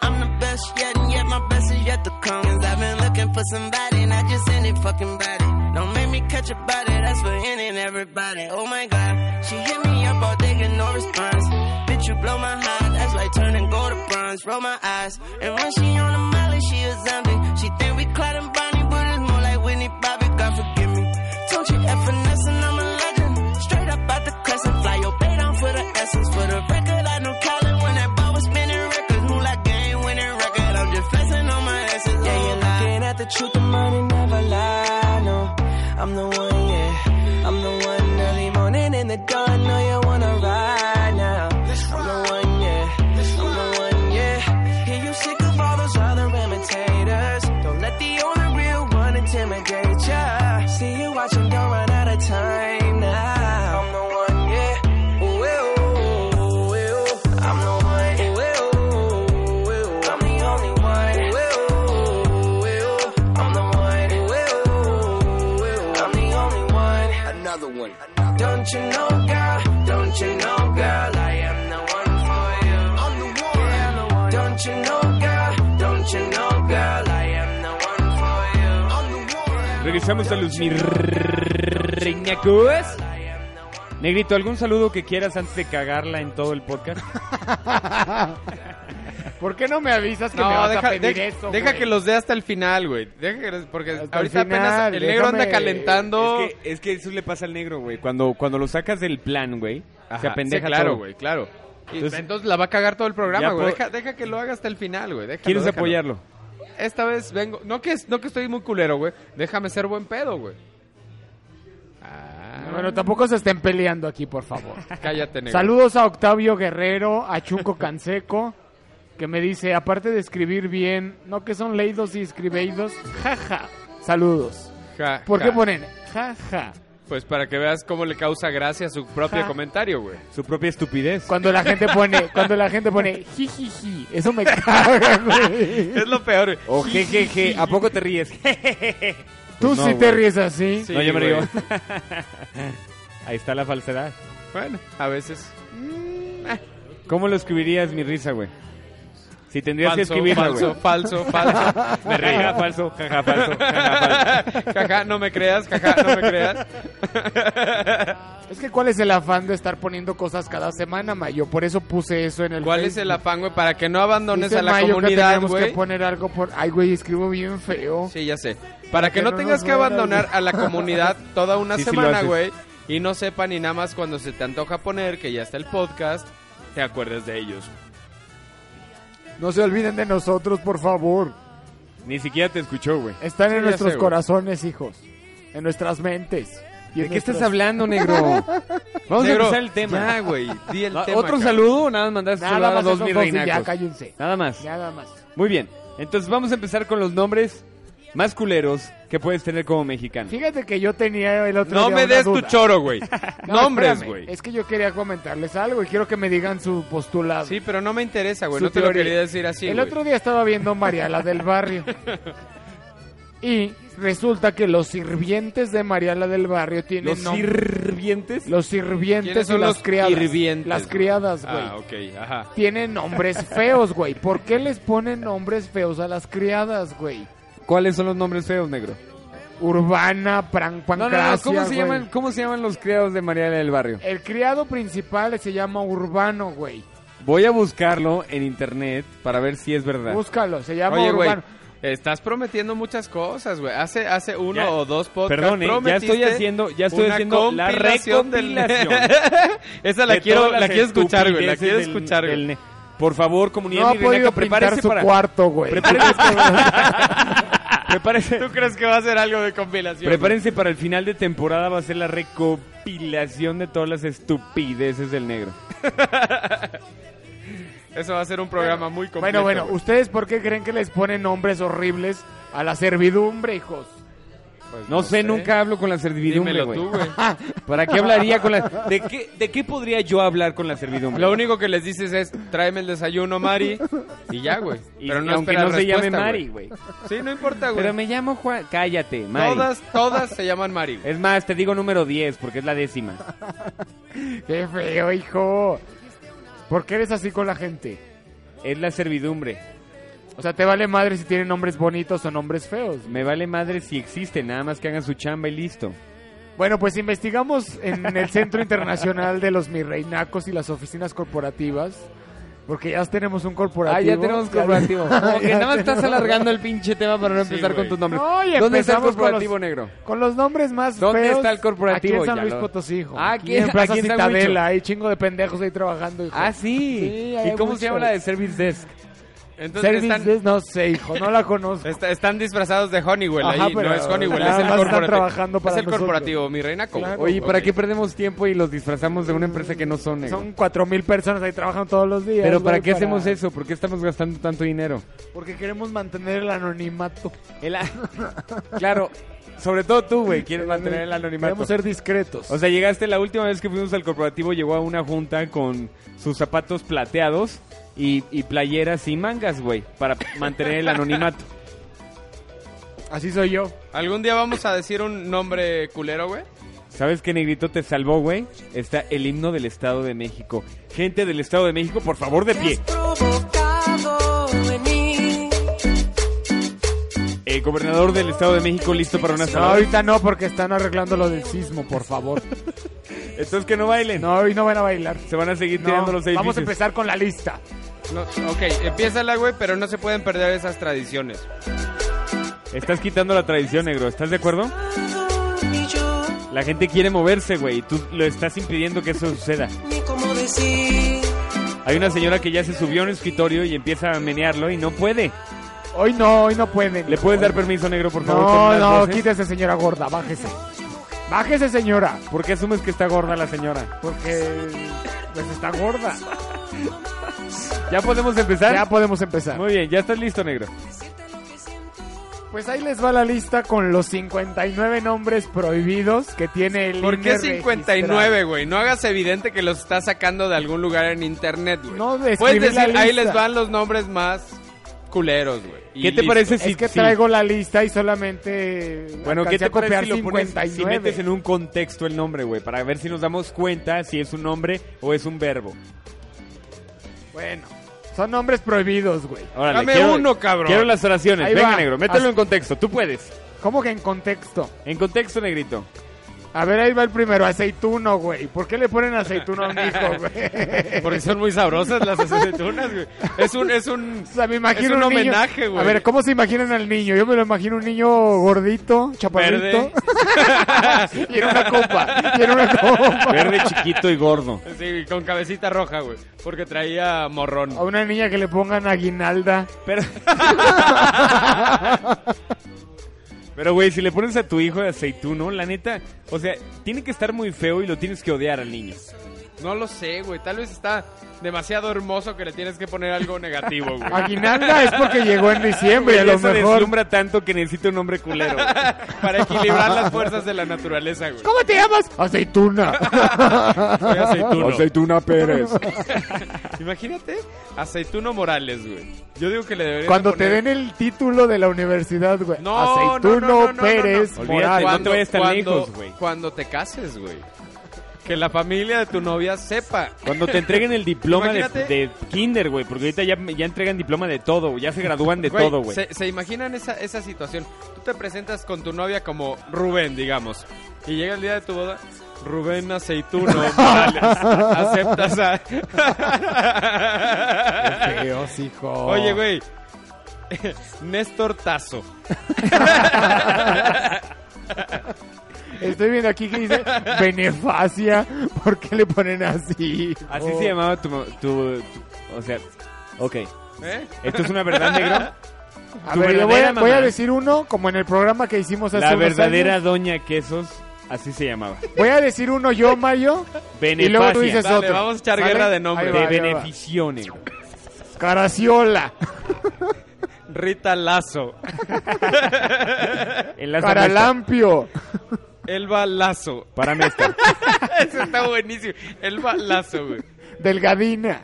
S11: I'm the best yet, and yet my best is yet to come. Cause I've been looking for somebody, not just any fucking body. Don't make me catch a body, that's for any and everybody. Oh my god, she hit me up all day, get no response. Bitch, you blow my heart, that's like turn and go to bronze. Roll my eyes. And when she on the molly, she a zombie. She think we Clyde and Bonnie, but it's more like Whitney Bobby. God forgive me. Don't you ever finesse and I'm a legend. Straight up out the crescent. Fly your bait down for the essence. For the record, I know Colin when that ball was spinning records. Who like game winning record? I'm just flexing on my essence.
S12: Yeah,
S11: Oh,
S12: you're
S11: nah.
S12: looking at the truth, the money never lie. No, I'm the one, yeah. I'm the one early morning in the dawn. No, you wanna ride now. I'm the one, yeah. I'm the one, yeah. Hear you sick of all those other imitators. Don't let the only real one intimidate ya. See you watching, don't run out of time now. I'm the one, yeah. Ooh, eh, ooh, ooh, eh, ooh. I'm the one. Ooh, eh, ooh, ooh, eh, ooh. I'm the only one. Ooh, eh, ooh. I'm the one. I'm the only one. Another one. Don't you know, girl? Don't you know, girl? I am the one for you. I'm the one. Don't you know, girl? Don't you know, girl? I am the one for you. I'm the one.
S4: Regresamos a los mirriñacos. Negrito, ¿algún saludo que quieras antes de cagarla en todo el podcast?
S8: ¿Por qué no me avisas que
S7: No,
S8: me vas
S7: deja,
S8: a pedir
S7: de-
S8: eso?
S7: deja
S8: güey?
S7: que los dé hasta el final, güey. Deja que- Porque
S8: Hasta
S7: ahorita
S8: el final,
S7: apenas el negro anda
S8: déjame-
S7: calentando.
S4: Es que, es que eso le pasa al negro, güey. Cuando, cuando lo sacas del plan, güey, se
S7: Ajá,
S4: apendeja
S7: sí, claro,
S4: todo.
S7: güey, claro. Y- Entonces,
S4: Entonces-
S7: la va a cagar todo el programa,
S4: Ya
S7: güey.
S4: puedo-
S7: Deja, deja que lo haga hasta el final, güey. déjalo,
S4: ¿Quieres
S7: déjalo.
S4: apoyarlo?
S7: Esta vez vengo. No que, no que estoy muy culero, güey. Déjame ser buen pedo, güey. Ah,
S8: Bueno, tampoco se estén peleando aquí, por favor.
S7: Cállate, negro.
S8: Saludos a Octavio Guerrero, a Chunco Canseco, que me dice, aparte de escribir bien, no que son leidos y escribeidos, jaja. Saludos.
S7: Ja,
S8: ¿Por
S7: ja.
S8: qué ponen jaja?
S7: Pues para que veas cómo le causa gracia su propio
S8: Ja.
S7: comentario, güey.
S4: Su propia estupidez.
S8: Cuando la gente pone, cuando la gente pone jijiji, eso me caga, güey.
S7: Es lo peor, güey.
S4: O jejeje, ¿a poco te ríes?
S8: Tú
S4: no,
S8: sí te
S4: güey.
S8: ríes así.
S7: Sí,
S4: no, yo me
S7: güey.
S4: río. Ahí está la falsedad.
S7: Bueno, a veces.
S4: ¿Cómo lo escribirías mi risa, güey? Si tendrías que
S7: Falso,
S4: escribirla, güey.
S7: falso, falso, falso.
S4: Me reí. Jaja, falso, jaja, falso, jaja, falso.
S7: Jaja, no me creas, jaja, no me creas.
S8: Es que cuál es el afán de estar poniendo cosas cada semana, Mayo. Por eso puse eso en el
S7: ¿Cuál es el
S8: Facebook.
S7: afán, güey? Para que no abandones
S8: Dice
S7: a la
S8: Mayo que
S7: comunidad,
S8: teníamos que
S7: güey.
S8: poner algo por... Ay, güey, escribo bien feo.
S7: Sí, ya sé. Para que
S8: Que
S7: no,
S8: no
S7: tengas
S8: nos
S7: que
S8: vean,
S7: abandonar
S8: güey.
S7: a la comunidad toda una
S4: Sí, sí lo
S7: semana,
S4: haces.
S7: güey. Y no sepan ni nada más cuando se te antoja poner que ya está el podcast, te acuerdes de ellos.
S8: No se olviden de nosotros, por favor.
S4: Ni siquiera te escuchó, güey.
S8: Están
S7: Sí,
S8: en
S7: ya
S8: nuestros
S7: sé, güey.
S8: corazones, hijos. En nuestras mentes. Y en
S4: ¿De qué estás
S8: nuestras-
S4: hablando, negro? Vamos
S7: Negro,
S4: a empezar el tema.
S7: Ya, güey. Di el
S4: No,
S7: tema.
S4: ¿Otro
S7: cabrón.
S4: saludo o nada más mandaste
S8: Nada
S4: saludar a
S8: más
S4: dos
S8: esos
S4: mil
S8: dos y ya,
S4: reinacos?
S8: cállense.
S4: Nada más.
S8: Nada más.
S4: Muy bien. Entonces vamos a empezar con los nombres más culeros que puedes tener como mexicano.
S8: Fíjate que yo tenía el otro
S7: No
S8: día
S7: me
S8: una
S7: des tu
S8: duda.
S7: choro, güey.
S8: No,
S7: Nombres,
S8: espérame.
S7: güey.
S8: Es que yo quería comentarles algo y quiero que me digan su postulado.
S7: Sí, pero no me interesa, güey.
S8: su
S7: No te lo
S8: teoría.
S7: quería decir así,
S8: El
S7: güey.
S8: otro día estaba viendo María la del Barrio. Y resulta que los sirvientes de María la del Barrio tienen
S4: Los
S8: nom-
S4: sirvientes.
S8: los
S7: ¿Quiénes
S8: sirvientes
S7: son
S8: y las
S7: los
S8: criadas.
S7: hirvientes,
S8: Las
S7: güey?
S8: criadas, güey.
S7: Ah, ok, ajá.
S8: Tienen nombres feos, güey. ¿Por qué les ponen nombres feos a las criadas, güey?
S4: ¿Cuáles son los nombres feos, negro?
S8: Urbana, pran,
S4: No, no,
S8: pancracia,
S4: no. ¿Cómo se,
S8: güey.
S4: llaman, ¿Cómo se llaman los criados de Mariana del Barrio?
S8: El criado principal se llama Urbano, güey.
S4: Voy a buscarlo en internet para ver si es verdad.
S8: Búscalo, se llama
S7: Oye, güey.
S8: Urbano.
S7: Estás prometiendo muchas cosas, güey. Hace, hace uno
S4: Ya.
S7: o dos podcasts.
S4: Perdón, eh, ya
S7: prometiste
S4: estoy haciendo, ya estoy
S7: una
S4: haciendo la
S7: compilación del-
S4: recopilación.
S7: Esa la
S4: de
S7: quiero,
S4: todas las
S7: la quiero escuchar, güey. La
S4: estupideces
S7: quiero
S4: del-
S7: escuchar,
S4: del
S7: güey.
S4: ne- Por favor,
S8: No
S4: comunidad
S8: ha
S4: virreinaca,
S8: podido pintar
S4: prepárese
S8: su
S4: para...
S8: cuarto, güey.
S4: Prepárense, prepárense,
S7: ¿Tú crees que va a ser algo de compilación?
S4: prepárense para el final de temporada, va a ser la recopilación de todas las estupideces del negro.
S7: Eso va a ser un programa muy completo.
S8: Bueno, bueno,
S7: güey.
S8: ¿ustedes por qué creen que les ponen nombres horribles a la servidumbre, hijos?
S4: No, sé, nunca hablo con la servidumbre,
S7: Pues, Dímelo
S4: güey.
S7: tú, güey.
S4: ¿Para qué hablaría con la... ¿De qué, ¿De qué podría yo hablar con la servidumbre?
S7: Lo único que les dices es, tráeme el desayuno, Mari, y ya, güey.
S4: Y-
S7: Pero no
S4: aunque
S7: esperas
S4: no se llame
S7: respuesta,
S4: Mari,
S7: güey.
S4: güey.
S7: Sí, no importa, güey.
S4: Pero me llamo Juan... Cállate, Mari.
S7: Todas, todas se llaman Mari. güey.
S4: Es más, te digo número 10 porque es la décima.
S8: ¡Qué feo, hijo! ¿Por qué eres así con la gente?
S4: Es la servidumbre.
S8: O sea, te vale madre si tienen nombres bonitos o nombres feos.
S4: Me vale madre si existe, nada más que hagan su chamba y listo.
S8: Bueno, pues investigamos en el Centro Internacional de los Mirreinacos y las oficinas corporativas Porque ya tenemos un corporativo.
S13: Ah, ya tenemos corporativo. Como que
S8: ya
S13: nada más estás
S8: tenemos-
S13: alargando el pinche tema para no empezar
S8: güey.
S13: con tu nombre.
S8: No,
S13: ¿Dónde
S8: y
S13: está el
S8: empezamos con
S13: corporativo
S8: los-
S13: negro?
S8: Con los nombres más
S13: ¿Dónde
S8: feos,
S13: está el corporativo?
S8: Aquí en San
S13: Ya
S8: Luis
S13: lo-
S8: Potosí, hijo.
S13: Ah,
S8: aquí
S13: aquí-
S8: en Plaza
S13: aquí en San
S8: Citadela.
S13: Huicho.
S8: Hay chingo de pendejos ahí trabajando, hijo.
S13: Ah, sí.
S8: hay
S13: ¿Y cómo se llama
S8: muchos.
S13: la de Service Desk?
S7: Entonces
S8: Service
S7: están-
S8: Desk, no sé, hijo. No la conozco.
S7: Está- están disfrazados de Honeywell
S8: Ajá,
S7: ahí,
S8: pero
S7: no es Honeywell,
S8: nada
S7: es el
S8: más están
S7: corporativo.
S8: trabajando para
S7: es el
S8: nosotros.
S7: corporativo, mi reina como.
S13: Oye, ¿para qué perdemos tiempo y los disfrazamos de una empresa que no son negro?
S8: Son cuatro mil personas ahí trabajando todos los días.
S13: Pero ¿para
S8: güey,
S13: qué hacemos eso? ¿Por qué estamos gastando tanto dinero?
S8: Porque queremos mantener el anonimato.
S13: Claro, sobre todo tú, güey, quieres mantener el anonimato.
S8: Queremos ser discretos.
S4: O sea, llegaste la última vez que fuimos al corporativo, llegó a una junta con sus zapatos plateados y, y playeras y mangas, güey, para mantener el anonimato.
S8: Así soy yo.
S7: ¿Algún día vamos a decir un nombre culero, güey?
S4: ¿Sabes qué negrito te salvó, güey? Está el himno del Estado de México. Gente del Estado de México, por favor, de pie.
S12: provocado en mí.
S4: El gobernador del Estado de México listo para una
S8: No,
S4: salada.
S8: ahorita no, porque están arreglando lo del sismo, por favor.
S4: Entonces que no bailen.
S8: No, hoy no van a bailar.
S4: Se van a seguir
S8: No,
S4: tirando los edificios.
S8: vamos a empezar con la lista.
S7: No, ok, empiézala, güey, pero no se pueden perder esas tradiciones.
S4: Estás quitando la tradición, negro. ¿Estás de acuerdo?
S12: Ni yo
S4: La gente quiere moverse, güey. y Tú lo estás impidiendo que eso suceda.
S12: ni cómo decir.
S4: Hay una señora que ya se subió a un escritorio y empieza a menearlo y no puede.
S8: Hoy no, hoy no pueden.
S4: ¿Le puedes dar permiso, negro, por favor? con
S8: No,
S4: unas
S8: no,
S4: voces?
S8: quítese, señora gorda, bájese. Bájese, señora,
S4: ¿Por qué asumes que está gorda la señora?
S8: porque pues está gorda.
S4: ¿Ya podemos empezar?
S8: Ya podemos empezar.
S4: Muy bien, ya estás listo, negro.
S8: Pues ahí les va la lista con los 59 nombres prohibidos que tiene el
S7: ¿Por qué
S8: INE
S7: 59, güey? No hagas evidente que los estás sacando de algún lugar en internet, güey.
S8: No, escribí
S7: Puedes
S8: la
S7: decir,
S8: lista.
S7: ahí les van los nombres más culeros, güey. Y
S4: ¿Qué te
S7: listo.
S4: parece si-
S8: Es que
S4: sí.
S8: traigo la lista y solamente
S4: Bueno, ¿qué
S8: alcancé a
S4: te parece
S8: copiar
S4: si lo pones, si
S8: 59.
S4: metes en un contexto el nombre, güey? Para ver si nos damos cuenta si es un nombre o es un verbo.
S8: Bueno, son nombres prohibidos, güey.
S4: Órale,
S7: Dame
S4: quiero-
S7: uno, cabrón.
S4: Quiero las oraciones.
S8: Ahí
S4: Venga,
S8: va.
S4: negro, mételo
S8: Haz-
S4: en contexto. Tú puedes.
S8: ¿Cómo que en contexto?
S4: En contexto, negrito.
S8: A ver, ahí va el primero, aceituno, güey. ¿Por qué le ponen aceituno a un hijo, güey?
S7: Porque son muy sabrosas las aceitunas, güey. Es un, es un,
S8: O sea, me imagino
S7: es un,
S8: niño-
S7: homenaje, güey.
S8: A ver, ¿cómo se imaginan al niño? Yo me lo imagino un niño gordito, chaparrito.
S7: Verde.
S8: y en una copa. Y en una copa.
S4: Verde, chiquito y gordo.
S7: Sí, con cabecita roja, güey. Porque traía morrón.
S8: A una niña que le pongan aguinalda.
S4: Pero... Pero, güey, si le pones a tu hijo de aceituno, la neta, o sea, tiene que estar muy feo y lo tienes que odiar al niño.
S7: No lo sé, güey. Tal vez está demasiado hermoso que le tienes que poner algo negativo, güey.
S8: Aguinalda es porque llegó en diciembre, a
S4: Güey,
S8: lo
S4: eso
S8: mejor.
S4: deslumbra tanto que necesita un hombre culero. güey.
S7: Para equilibrar las fuerzas de la naturaleza, güey.
S8: ¿Cómo te llamas? Aceituna.
S7: Soy aceituno.
S2: Aceituna Pérez.
S7: Imagínate, aceituno Morales, güey. Yo digo que le deberían
S8: Cuando
S7: poner-
S8: te den el título de la universidad, güey.
S7: No,
S8: aceituno
S7: no, no, no, no,
S8: Pérez
S7: no.
S4: Olvídate,
S8: Morales.
S4: no te vayas tan
S7: cuando-
S4: lejos, güey.
S7: Cuando te cases, güey. Que la familia de tu novia sepa.
S4: Cuando te entreguen el diploma de,
S7: Imagínate.
S4: de kinder, güey, porque ahorita ya, ya entregan diploma de todo, güey, ya se gradúan de
S7: Güey,
S4: todo, güey.
S7: Se, se imaginan esa, esa situación. Tú te presentas con tu novia como Rubén, digamos. Y llega el día de tu boda. Rubén Aceituno Morales. Aceptas a.
S8: Qué feos, hijo.
S7: Oye, güey. Néstor Tazo.
S8: Estoy viendo aquí que dice benefacia. ¿Por qué le ponen así?
S4: Así
S8: hijo?
S4: se llamaba tu, ma- tu- tu- O sea, ok.
S7: ¿Eh?
S4: ¿Esto es una verdad, negro?
S8: A
S4: Tu
S8: ver, yo voy
S4: verdadera
S8: a, voy a
S4: mamá.
S8: decir uno, como en el programa que hicimos hace
S4: La
S8: unos
S4: verdadera
S8: años.
S4: doña quesos, así se llamaba.
S8: Voy a decir uno yo, Mayo.
S4: Benefacia.
S8: Y luego tú dices
S7: Dale,
S8: otro.
S7: vamos a echar
S8: ¿Sale?
S7: guerra de
S8: Ahí
S7: nombres.
S8: va,
S4: de
S8: ahí va.
S4: beneficio, negro.
S8: Caraciola.
S7: Rita Lazo.
S4: Enlaza esta.
S8: Caralampio.
S7: Elba Lazo.
S4: Párame esta.
S7: Eso está buenísimo. Elba Lazo, güey.
S8: Delgadina.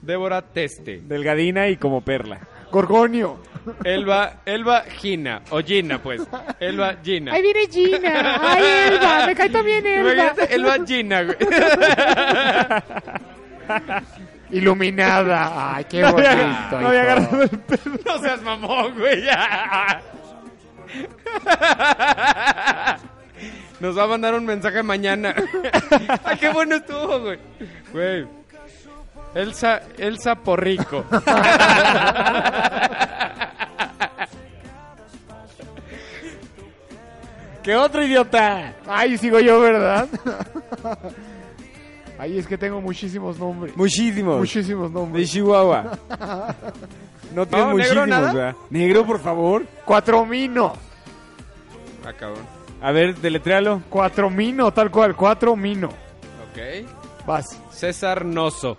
S7: Débora Teste.
S4: Delgadina y como perla.
S8: Gorgonio.
S7: Elba, Elba Gina. O Gina, pues. Elba Gina.
S8: viene Gina. Ay, Elba. Me cae también
S7: Imagínate, Elba Gina, güey.
S8: Iluminada. Ay, qué bonito.
S4: no había
S8: hijo.
S4: agarrado
S7: No seas mamón, güey. Nos va a Ah, mandar un mensaje mañana. Ay, qué bueno estuvo, güey. Güey. Elsa, Elsa Porrico.
S8: ¡Qué otro idiota! Ay, sigo yo, ¿verdad? Ay, es que tengo muchísimos nombres.
S13: Muchísimos.
S8: Muchísimos nombres.
S13: De Chihuahua. No tienes
S8: ¿negro
S13: muchísimos,
S8: nada?
S13: ¿verdad? Negro, por favor.
S8: Cuatromino.
S7: Ah, cabrón.
S13: A ver, deletréalo.
S8: Cuatromino, tal cual. Cuatromino.
S7: Ok.
S8: Vas.
S7: César Noso.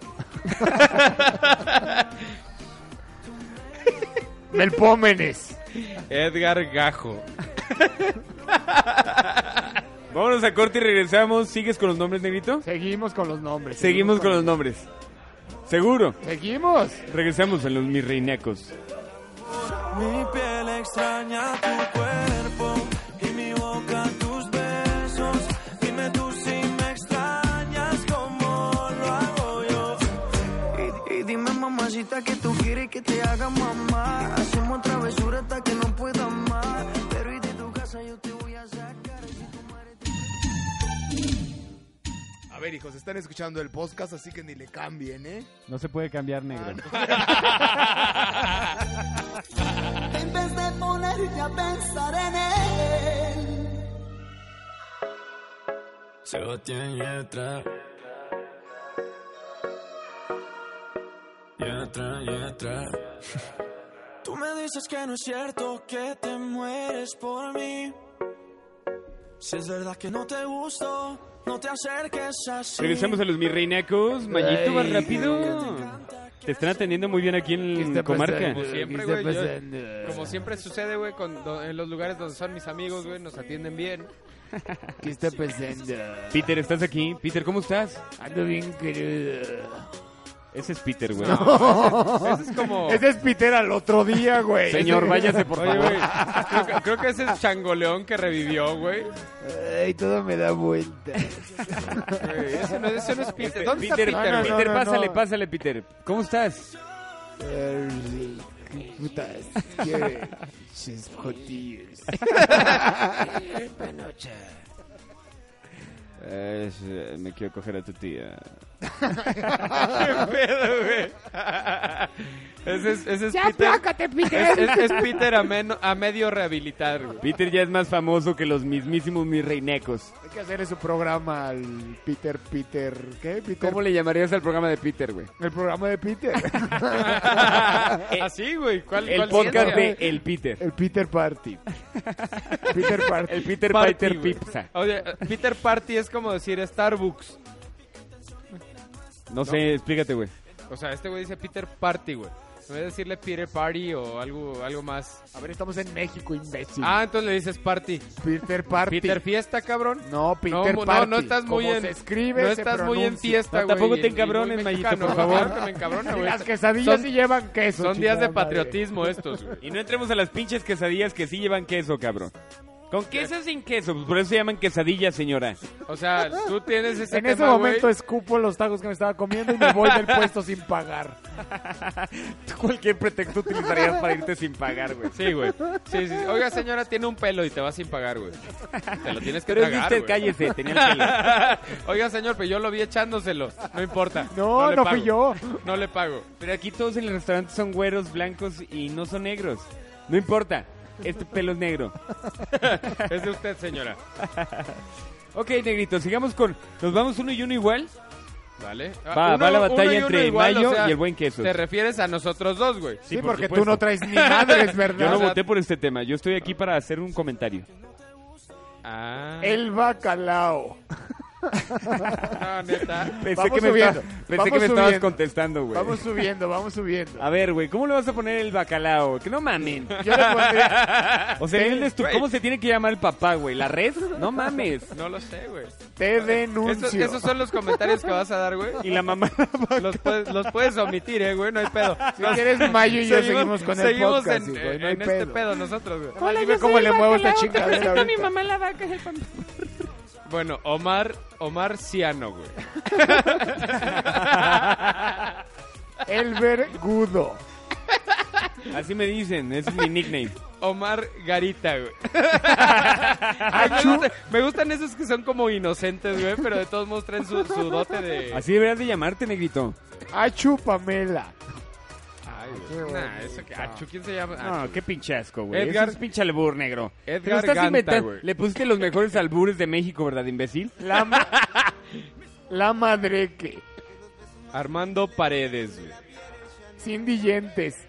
S8: Melpómenes.
S7: Edgar Gajo.
S4: Vámonos a corte y regresamos. ¿Sigues con los nombres, negrito?
S8: Seguimos con los nombres.
S4: Seguimos con los Mm, nombres. Seguro.
S8: Seguimos.
S4: Regresamos a los mirrinecos.
S14: Mi piel extraña tu cuerpo y mi boca tus besos. Dime tú si me extrañas como lo hago yo.
S15: Y, y dime mamacita que tú quieres que te haga mamá. Hacemos travesura hasta que no pueda más. Pero y de tu casa yo te voy a sacar.
S2: A ver, hijos, están escuchando el podcast, así que ni le cambien, ¿eh?
S16: No se puede cambiar negro.
S4: Ah,
S17: En vez de ponerte a pensar en él,
S6: Sebastián Yatra. Yatra, Yatra.
S14: Tú me dices que no es cierto que te mueres por mí. Si es verdad que no te gusto, no te acerques así.
S4: Regresamos a los mirrinecos. Mayito, vas rápido. Te están atendiendo muy bien aquí en
S13: Este
S7: Está
S4: Comarca.
S7: Como siempre, güey. yo- Como siempre sucede, güey, con- do- en los lugares donde son mis amigos, güey, nos atienden bien.
S8: ¿Qué está pasando?
S4: Peter, ¿estás aquí? Peter, ¿cómo estás?
S8: Ando bien querido.
S4: Ese es Peter, güey.
S7: No, ese- ese es como-
S8: Ese es Peter al otro día, güey.
S4: Señor,
S8: Ese-
S4: váyase, por
S7: Oye,
S4: favor.
S7: güey, creo, que- creo que ese es Changoleón que revivió, güey.
S2: Ay, todo me da vuelta.
S7: Güey, ese, no, ese no es Peter.
S4: Peter,
S7: ¿Dónde está Peter, güey?
S4: Peter, pásale, pásale, Peter. ¿Cómo estás?
S2: Putas,
S6: qué
S2: chis jotillos.
S4: Eh, es, eh, me quiero coger a tu tía.
S7: ¿Qué pedo, güey? Ese es, ese es
S6: Ya
S7: Peter.
S6: aplácate, Peter.
S7: Es, es- es Peter a, men- a medio rehabilitar, güey.
S4: Peter ya es más famoso que los mismísimos mirrinecos.
S8: Hay que hacerle su programa al Peter, Peter. ¿Qué? Peter.
S4: ¿Cómo le llamarías al programa de Peter, güey?
S8: El programa de Peter.
S7: Así, güey. ¿Cuál,
S4: Eh, El
S7: cuál
S4: podcast
S7: ciencia?
S4: de El Peter.
S8: El Peter Party. Peter Party.
S4: El Peter
S7: Party,
S4: Peter
S7: güey.
S4: Pizza.
S7: Oye, Peter Party es como decir Starbucks.
S4: No sé, explícate, güey.
S7: O sea, este güey dice Peter Party, güey. Voy a decirle Peter Party o algo, algo más.
S8: A ver, estamos en México, imbécil.
S7: Ah, entonces le dices Party.
S8: Peter Party.
S7: Peter Fiesta, cabrón.
S8: No,
S7: No,
S8: Peter
S7: no,
S8: Party.
S7: no estás muy
S8: Como
S7: en-
S8: se escribe,
S7: no
S8: se
S7: estás muy en
S8: pronuncia.
S7: fiesta, No, güey, tampoco te y- y encabrones, muy Mayito, mexicano, por ¿no? favor. Claro que me encabrona, güey.
S8: Las quesadillas
S7: Son-
S8: sí llevan queso.
S7: son días de
S8: chingada madre.
S7: patriotismo estos, güey.
S4: Y no entremos a las pinches quesadillas que sí llevan queso, cabrón. ¿Con queso o sin queso? Pues por eso se llaman quesadillas, señora.
S7: O sea, tú tienes ese
S8: En
S7: tema,
S8: ese momento
S7: güey.
S8: escupo los tacos que me estaba comiendo y me voy del puesto sin pagar.
S4: Cualquier pretexto utilizarías para irte sin pagar, güey.
S7: Sí, güey. Sí, sí. Oiga, señora, tiene un pelo y te vas sin pagar, güey. Te lo tienes que
S4: Pero es
S7: tragar,
S4: usted,
S7: güey.
S4: cállese, tenía el
S7: Oiga, señor, pero yo lo vi echándoselo. No importa.
S8: No,
S7: le
S8: no fui
S7: pago. No le pago.
S4: Pero aquí todos en el restaurante son güeros, blancos y no son negros. No importa, este pelo es negro.
S7: Es de usted, señora.
S4: Ok, negrito, sigamos con... ¿Nos vamos uno y uno igual?
S7: Vale.
S4: Va- va la batalla
S7: y uno
S4: entre
S7: igual,
S4: Mayo y el buen queso.
S7: Te refieres a nosotros dos, güey.
S8: Sí, por porque tú supuesto. no traes ni madres, ¿verdad?
S4: Yo no
S8: O sea,
S4: voté por este tema, yo estoy aquí para hacer un comentario.
S7: Ah.
S8: El bacalao.
S7: No, neta.
S4: Pensé
S8: Vamos
S4: que me,
S8: subiendo,
S4: estaba- pensé
S8: vamos
S4: que me estabas
S8: subiendo.
S4: contestando, güey.
S8: Vamos subiendo, vamos subiendo.
S4: A ver, güey, ¿cómo le vas a poner el bacalao? Que no mamen.
S8: Yo le pondría-
S4: O sea,
S8: Te-
S4: él es tu-
S8: güey.
S4: ¿cómo se tiene que llamar el papá, güey? ¿La red? No mames.
S7: No lo sé, güey.
S8: Te denuncio.
S7: Estos- esos son los comentarios que vas a dar, güey.
S4: Y la mamá.
S7: Los puedes, los puedes omitir, eh, güey. No hay pedo.
S8: Si quieres, Mayo y yo seguimos con el
S7: seguimos
S8: podcast,
S7: en,
S8: güey, no hay
S7: en este
S8: pedo.
S7: pedo nosotros, güey.
S8: Hola, Dime yo cómo soy le el muevo esta bacalao que chingadera presentó ahorita. mi
S18: mamá la vaca es el pan.
S7: Bueno, Omar, Omar Ciano, güey.
S8: El vergudo.
S4: Así me dicen, es mi nickname.
S7: Omar Garita, güey.
S8: Ah,
S7: Ay, me, gusta- me gustan esos que son como inocentes, güey, pero de todos modos traen su, su dote de...
S4: Así deberías de llamarte, negrito.
S8: Achu Pamela.
S7: Ay, güey. Nah, eso que... Achu, ¿quién se llama?
S4: No,
S7: Achu?
S4: qué pinche asco, güey. Edgar...
S7: Ah, Edgar-
S4: Eso es pinche albur, negro.
S7: Edgar
S4: Te lo estás
S7: Ganta,
S4: inventando.
S7: güey.
S4: Le pusiste los mejores albures de México, ¿verdad, imbécil?
S8: La, ma- la madre que.
S7: Armando Paredes, güey.
S8: Cindy Yentes.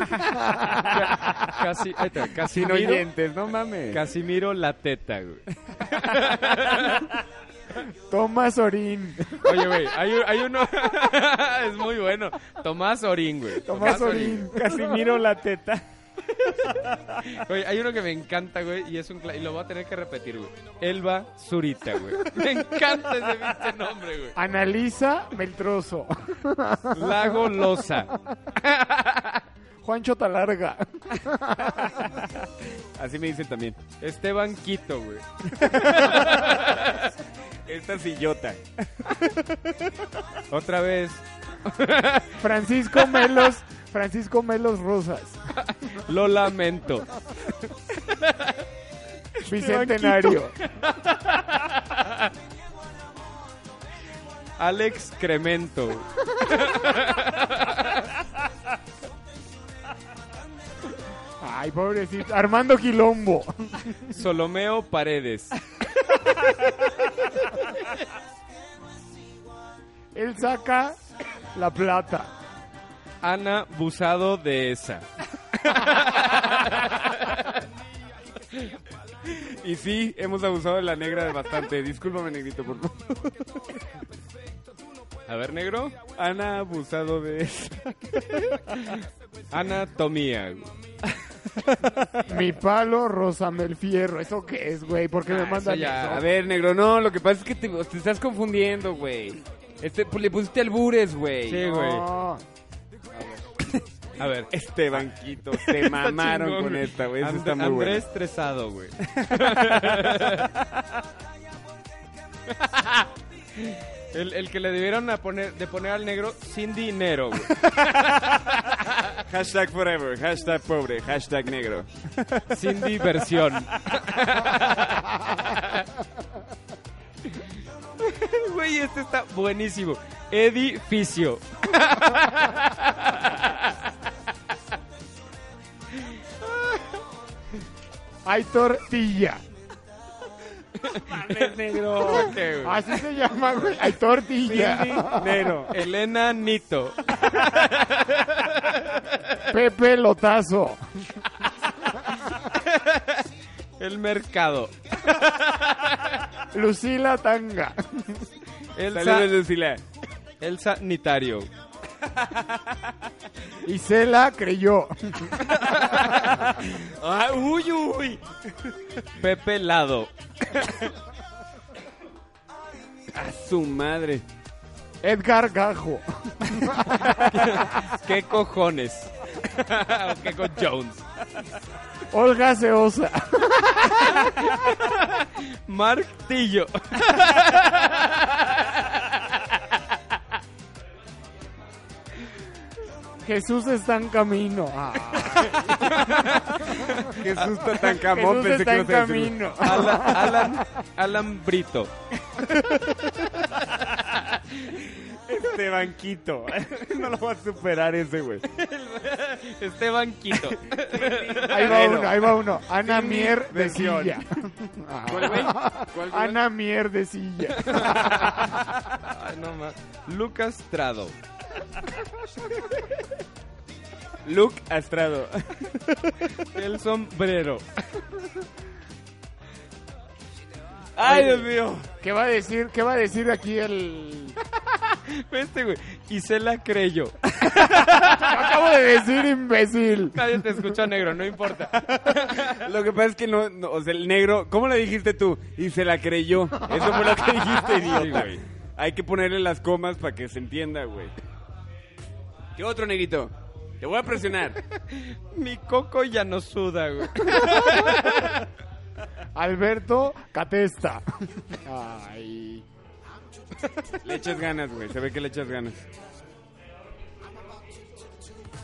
S7: Casi, ahí está,
S4: Sin
S7: Casimiro,
S4: oyentes, no mames.
S7: Casimiro la teta, güey.
S8: Tomás Orín.
S7: Oye, güey, hay, un- hay uno... es muy bueno. Tomás Orín, güey.
S8: Tomás Orín.
S4: Casimiro la teta.
S7: Oye, hay uno que me encanta, güey, y es un cla- y lo voy a tener que repetir, güey. Elba Zurita, güey. Me encanta ese pinche nombre, güey.
S8: Analiza Meltroso.
S7: Lago Loza.
S8: Juancho Talarga.
S4: Así me dicen también.
S7: Esteban Quito, güey.
S4: Esta sillota.
S7: Otra vez.
S8: Francisco Melos. Francisco Melos Rosas.
S7: Lo lamento.
S8: Bicentenario.
S7: Alex Cremento. güey.
S8: Ay, pobrecito. Armando Quilombo.
S7: Solomeo Paredes.
S8: Él saca la plata.
S7: Ana Busado de esa.
S4: Y sí, hemos abusado de la negra bastante. Discúlpame, negrito, por favor.
S7: A ver, negro.
S4: Ana abusado de eso.
S7: Anatomía. güey.
S8: Mi palo, Rosamel Fierro. ¿Eso qué es, güey? ¿Por qué me mandan
S4: Ah, A
S8: eso?
S4: ver, negro, no, lo que pasa es que te, te estás confundiendo, güey. Este, pues, le pusiste albures, güey.
S7: Sí, güey.
S8: No.
S7: A ver.
S4: Este banquito, se
S7: Está
S4: mamaron
S7: chingón,
S4: con
S7: güey.
S4: esta, güey. Eso
S7: And-
S4: está muy
S7: Andrés
S4: bueno.
S7: Tresado, güey. El, el que le debieron a poner, de poner al negro sin dinero, güey.
S4: Hashtag forever, hashtag pobre, hashtag negro.
S7: Sin diversión. Güey, este está buenísimo. Edificio.
S8: Hay tortilla.
S4: negro.
S8: Así se llama, güey. Hay tortilla.
S7: Elena Nito.
S8: Pepe Lotazo.
S7: El mercado.
S8: Lucila Tanga.
S7: Elsa,
S4: Saludos, Lucila.
S7: el sanitario.
S8: Isela creyó.
S4: Ah, uy, uy.
S7: Pepe Lado.
S4: A su madre.
S8: Edgar Gajo.
S7: ¿Qué cojones? ¿Qué con Jones?
S8: Olga Seosa.
S7: Martillo.
S8: Jesús está en camino. Ah.
S4: Jesús está tan
S8: Jesús
S4: camón, pensé
S8: está
S4: que
S8: en
S4: ibas a decir-
S8: camino.
S7: Alan, Alan, Alan Brito.
S4: Este banquito. No lo va a superar ese, güey.
S7: Esteban Quito.
S8: Ahí va uno, ahí va uno. Ana Mier de
S4: versión.
S8: silla.
S4: ¿Cuál, güey? ¿Cuál, güey?
S8: Ana Mier de silla.
S7: Ay, no más. Lucas Trado.
S4: Luke Astrado.
S7: El sombrero.
S4: Ay, Dios mío.
S8: ¿Qué va a decir? ¿Qué va a decir aquí el?
S7: Este, güey. Isela Crello.
S8: Lo acabo de decir, imbécil.
S7: Nadie te escuchó, negro, no importa.
S4: Lo que pasa es que no, no, o sea, el negro, ¿cómo le dijiste tú? Y se la creyó. Eso fue lo que dijiste, idiota.
S7: güey.
S4: Hay que ponerle las comas para que se entienda, güey. ¿Qué otro negrito? Te voy a presionar.
S7: Mi coco ya no suda, güey.
S8: Alberto Catesta. Ay.
S4: Le echas ganas, güey. Se ve que le echas ganas.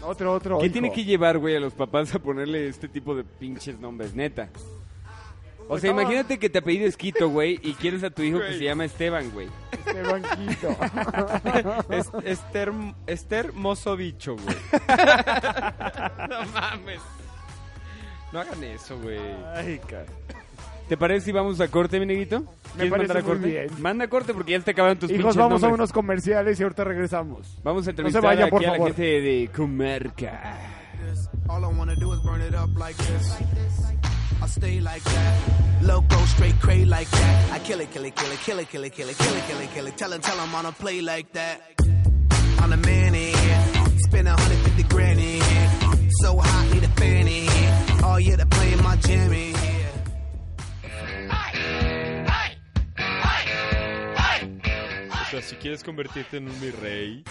S8: Otro, otro.
S4: ¿Qué
S8: hijo.
S4: tiene que llevar, güey, a los papás a ponerle este tipo de pinches nombres, neta? O
S8: Pues
S4: sea,
S8: no.
S4: imagínate que te apellides Quito, güey, y quieres a tu hijo que se llama Esteban, güey.
S8: Este banquito.
S7: Es, Esther, Esther Mozo Bicho, güey. no mames. No hagan eso, güey.
S4: Ay, cara. ¿Te parece si vamos a corte, mi neguito?
S8: parece
S4: ¿Quieres mandar a
S8: muy
S4: corte?
S8: bien.
S4: Manda corte porque ya te acabaron tus
S8: Hijos,
S4: pinches
S8: vamos a
S4: nombres.
S8: unos comerciales y ahorita regresamos.
S4: Vamos a
S8: No se
S4: entrevistar
S8: vaya,
S4: aquí
S8: por
S4: a la
S8: favor.
S4: gente de Comerca.
S16: All I wanna do is burn it up like this. I stay like that. Loco, straight cray like that. I kill it, kill it, kill it, kill it, kill it, kill it, kill it, kill it, kill it. Tell him, tell him on a play like that. I'm the man in here. Spend 150 grand in here. So hot, need a fan in here. Oh yeah, they're playing my jam in here.
S7: O sea, si quieres convertirte en un mi rey,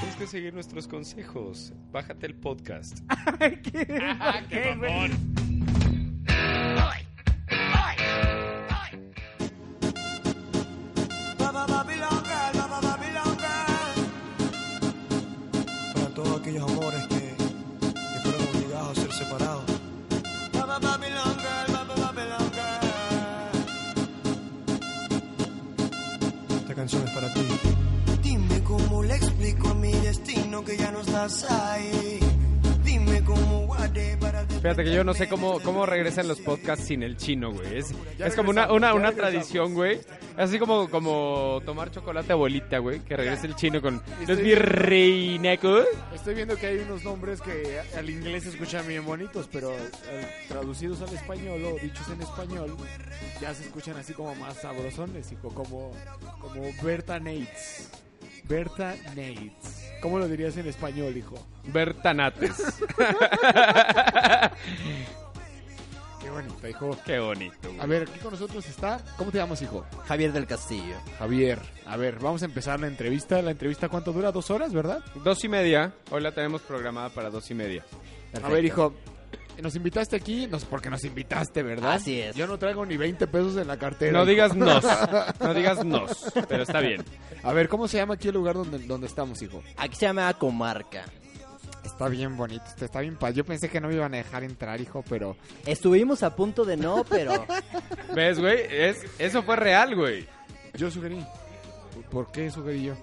S7: tienes que seguir nuestros consejos. Bájate el podcast.
S14: ¡Qué mamón!
S18: Para todos aquellos amores que, que fueron obligados a ser separados. Esta canción es para ti.
S19: Dime cómo le explico a mi destino que ya no estás ahí. Dime cómo guardé para
S7: Fíjate que yo no sé cómo, cómo regresan los podcasts sin el chino, güey. Es,
S19: Ya
S7: es como una,
S19: regresamos,
S7: una,
S19: ya
S7: una
S19: regresamos.
S7: tradición, güey. Así como, como tomar chocolate abuelita, güey. Que regrese el chino con los
S8: Estoy-
S7: mi rey, naco".
S8: Estoy viendo que hay unos nombres que al inglés se escuchan bien bonitos, pero eh, traducidos al español o dichos en español ya se escuchan así como más sabrosones, hijo, como, como Berta Nates. Berta Nates. ¿Cómo lo dirías en español, hijo?
S7: Bertanates.
S8: Qué bonito, hijo.
S7: Qué bonito, güey.
S8: A ver, aquí con nosotros está. ¿Cómo te llamas, hijo?
S20: Javier del Castillo.
S8: Javier. A ver, vamos a empezar la entrevista. ¿La entrevista cuánto dura? ¿Dos horas, verdad?
S7: Dos y media. Hoy la tenemos programada para dos y media.
S8: A ver, hijo, nos invitaste aquí, nos, porque nos invitaste, ¿verdad? Así es. Yo no traigo ni 20 pesos en la cartera.
S7: No
S8: hijo.
S7: digas nos. No digas nos, pero está bien.
S8: A ver, ¿cómo se llama aquí el lugar donde, donde estamos, hijo?
S20: Aquí se llama Comarca.
S8: Está bien bonito, este, está bien padre. Yo pensé que no me iban a dejar entrar, hijo, pero...
S20: Estuvimos a punto de no, pero
S7: ¿Ves, güey? Es, eso fue real, güey.
S8: Yo sugerí. ¿Por qué sugerí yo?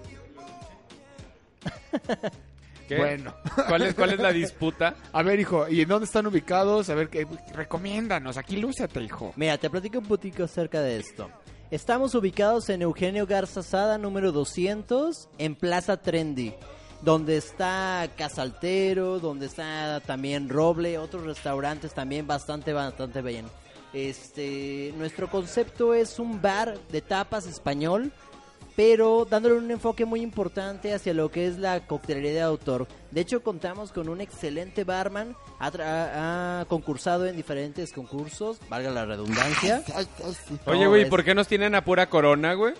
S7: ¿Qué?
S8: Bueno.
S7: ¿Cuál es, ¿Cuál es la disputa?
S8: A ver, hijo, ¿y en dónde están ubicados? A ver, ¿qué? Pues, recomiéndanos, aquí lúcete, hijo.
S20: Mira, te platico un poquito acerca de esto. Estamos ubicados en Eugenio Garza Sada, número 200, en Plaza Trendy, donde está Casaltero, donde está también Roble, otros restaurantes también bastante, bastante bien. Este, nuestro concepto es un bar de tapas español, pero dándole un enfoque muy importante hacia lo que es la coctelería de autor. De hecho, contamos con un excelente barman, ha, tra- ha- ha concursado en diferentes concursos, valga la redundancia.
S7: Oye, güey, ¿por qué nos tienen a pura corona, güey?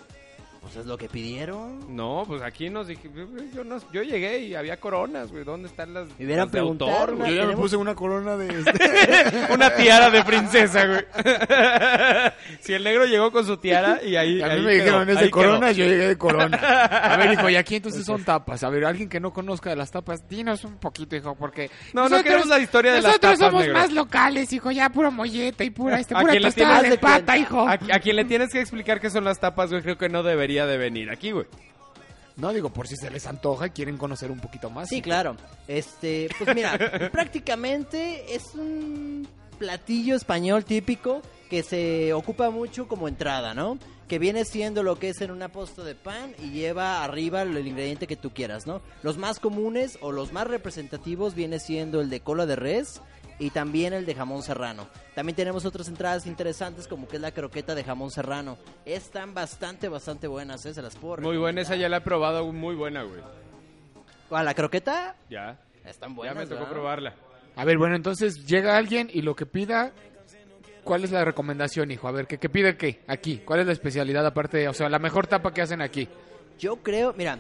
S20: Pues es lo que pidieron.
S7: No, pues aquí nos dije, yo, no- yo llegué y había coronas, güey. ¿Dónde están las,
S20: Me hubieran
S7: las de autor,
S20: preguntado,
S7: güey?
S20: Yo ya me tenemos- puse
S8: una corona de...
S7: Una tiara de princesa, güey. si el negro llegó con su tiara y ahí.
S8: A mí
S7: ahí
S8: me dijeron,
S7: quedó,
S8: es
S7: ahí
S8: de corona,
S7: quedó.
S8: yo llegué de corona. A ver, hijo, y aquí entonces son tapas. A ver, alguien que no conozca de las tapas, dinos un poquito, hijo, porque...
S7: No, no queremos la historia de las
S8: Nosotros
S7: tapas,
S8: somos
S7: negro.
S8: más locales, hijo, ya puro mollete y pura, este,
S7: ¿A
S8: pura
S7: quién le
S8: tostada
S7: tienes-
S8: de pata, hijo.
S7: A, a quien le tienes que explicar qué son las tapas, güey, creo que no debería de venir aquí, güey.
S8: No, digo, por si se les antoja, quieren conocer un poquito más.
S20: Sí, claro. Este, pues mira, prácticamente es un platillo español típico que se ocupa mucho como entrada, ¿no? Que viene siendo lo que es en una posta de pan y lleva arriba el ingrediente que tú quieras, ¿no? Los más comunes o los más representativos viene siendo el de cola de res y también el de jamón serrano. También tenemos otras entradas interesantes como que es la croqueta de jamón serrano. Están bastante, bastante buenas, ¿eh? Se las puedo
S7: Muy buena, esa ya la he probado, güey, muy buena, güey.
S20: ¿A la croqueta?
S7: Ya.
S20: Están
S7: buenas. Ya me tocó
S20: ¿verdad?
S7: probarla.
S8: A ver, bueno, entonces llega alguien y lo que pida, ¿cuál es la recomendación, hijo? A ver, ¿qué, qué pide qué? Aquí, ¿cuál es la especialidad aparte de, o sea, la mejor tapa que hacen aquí?
S20: Yo creo, mira,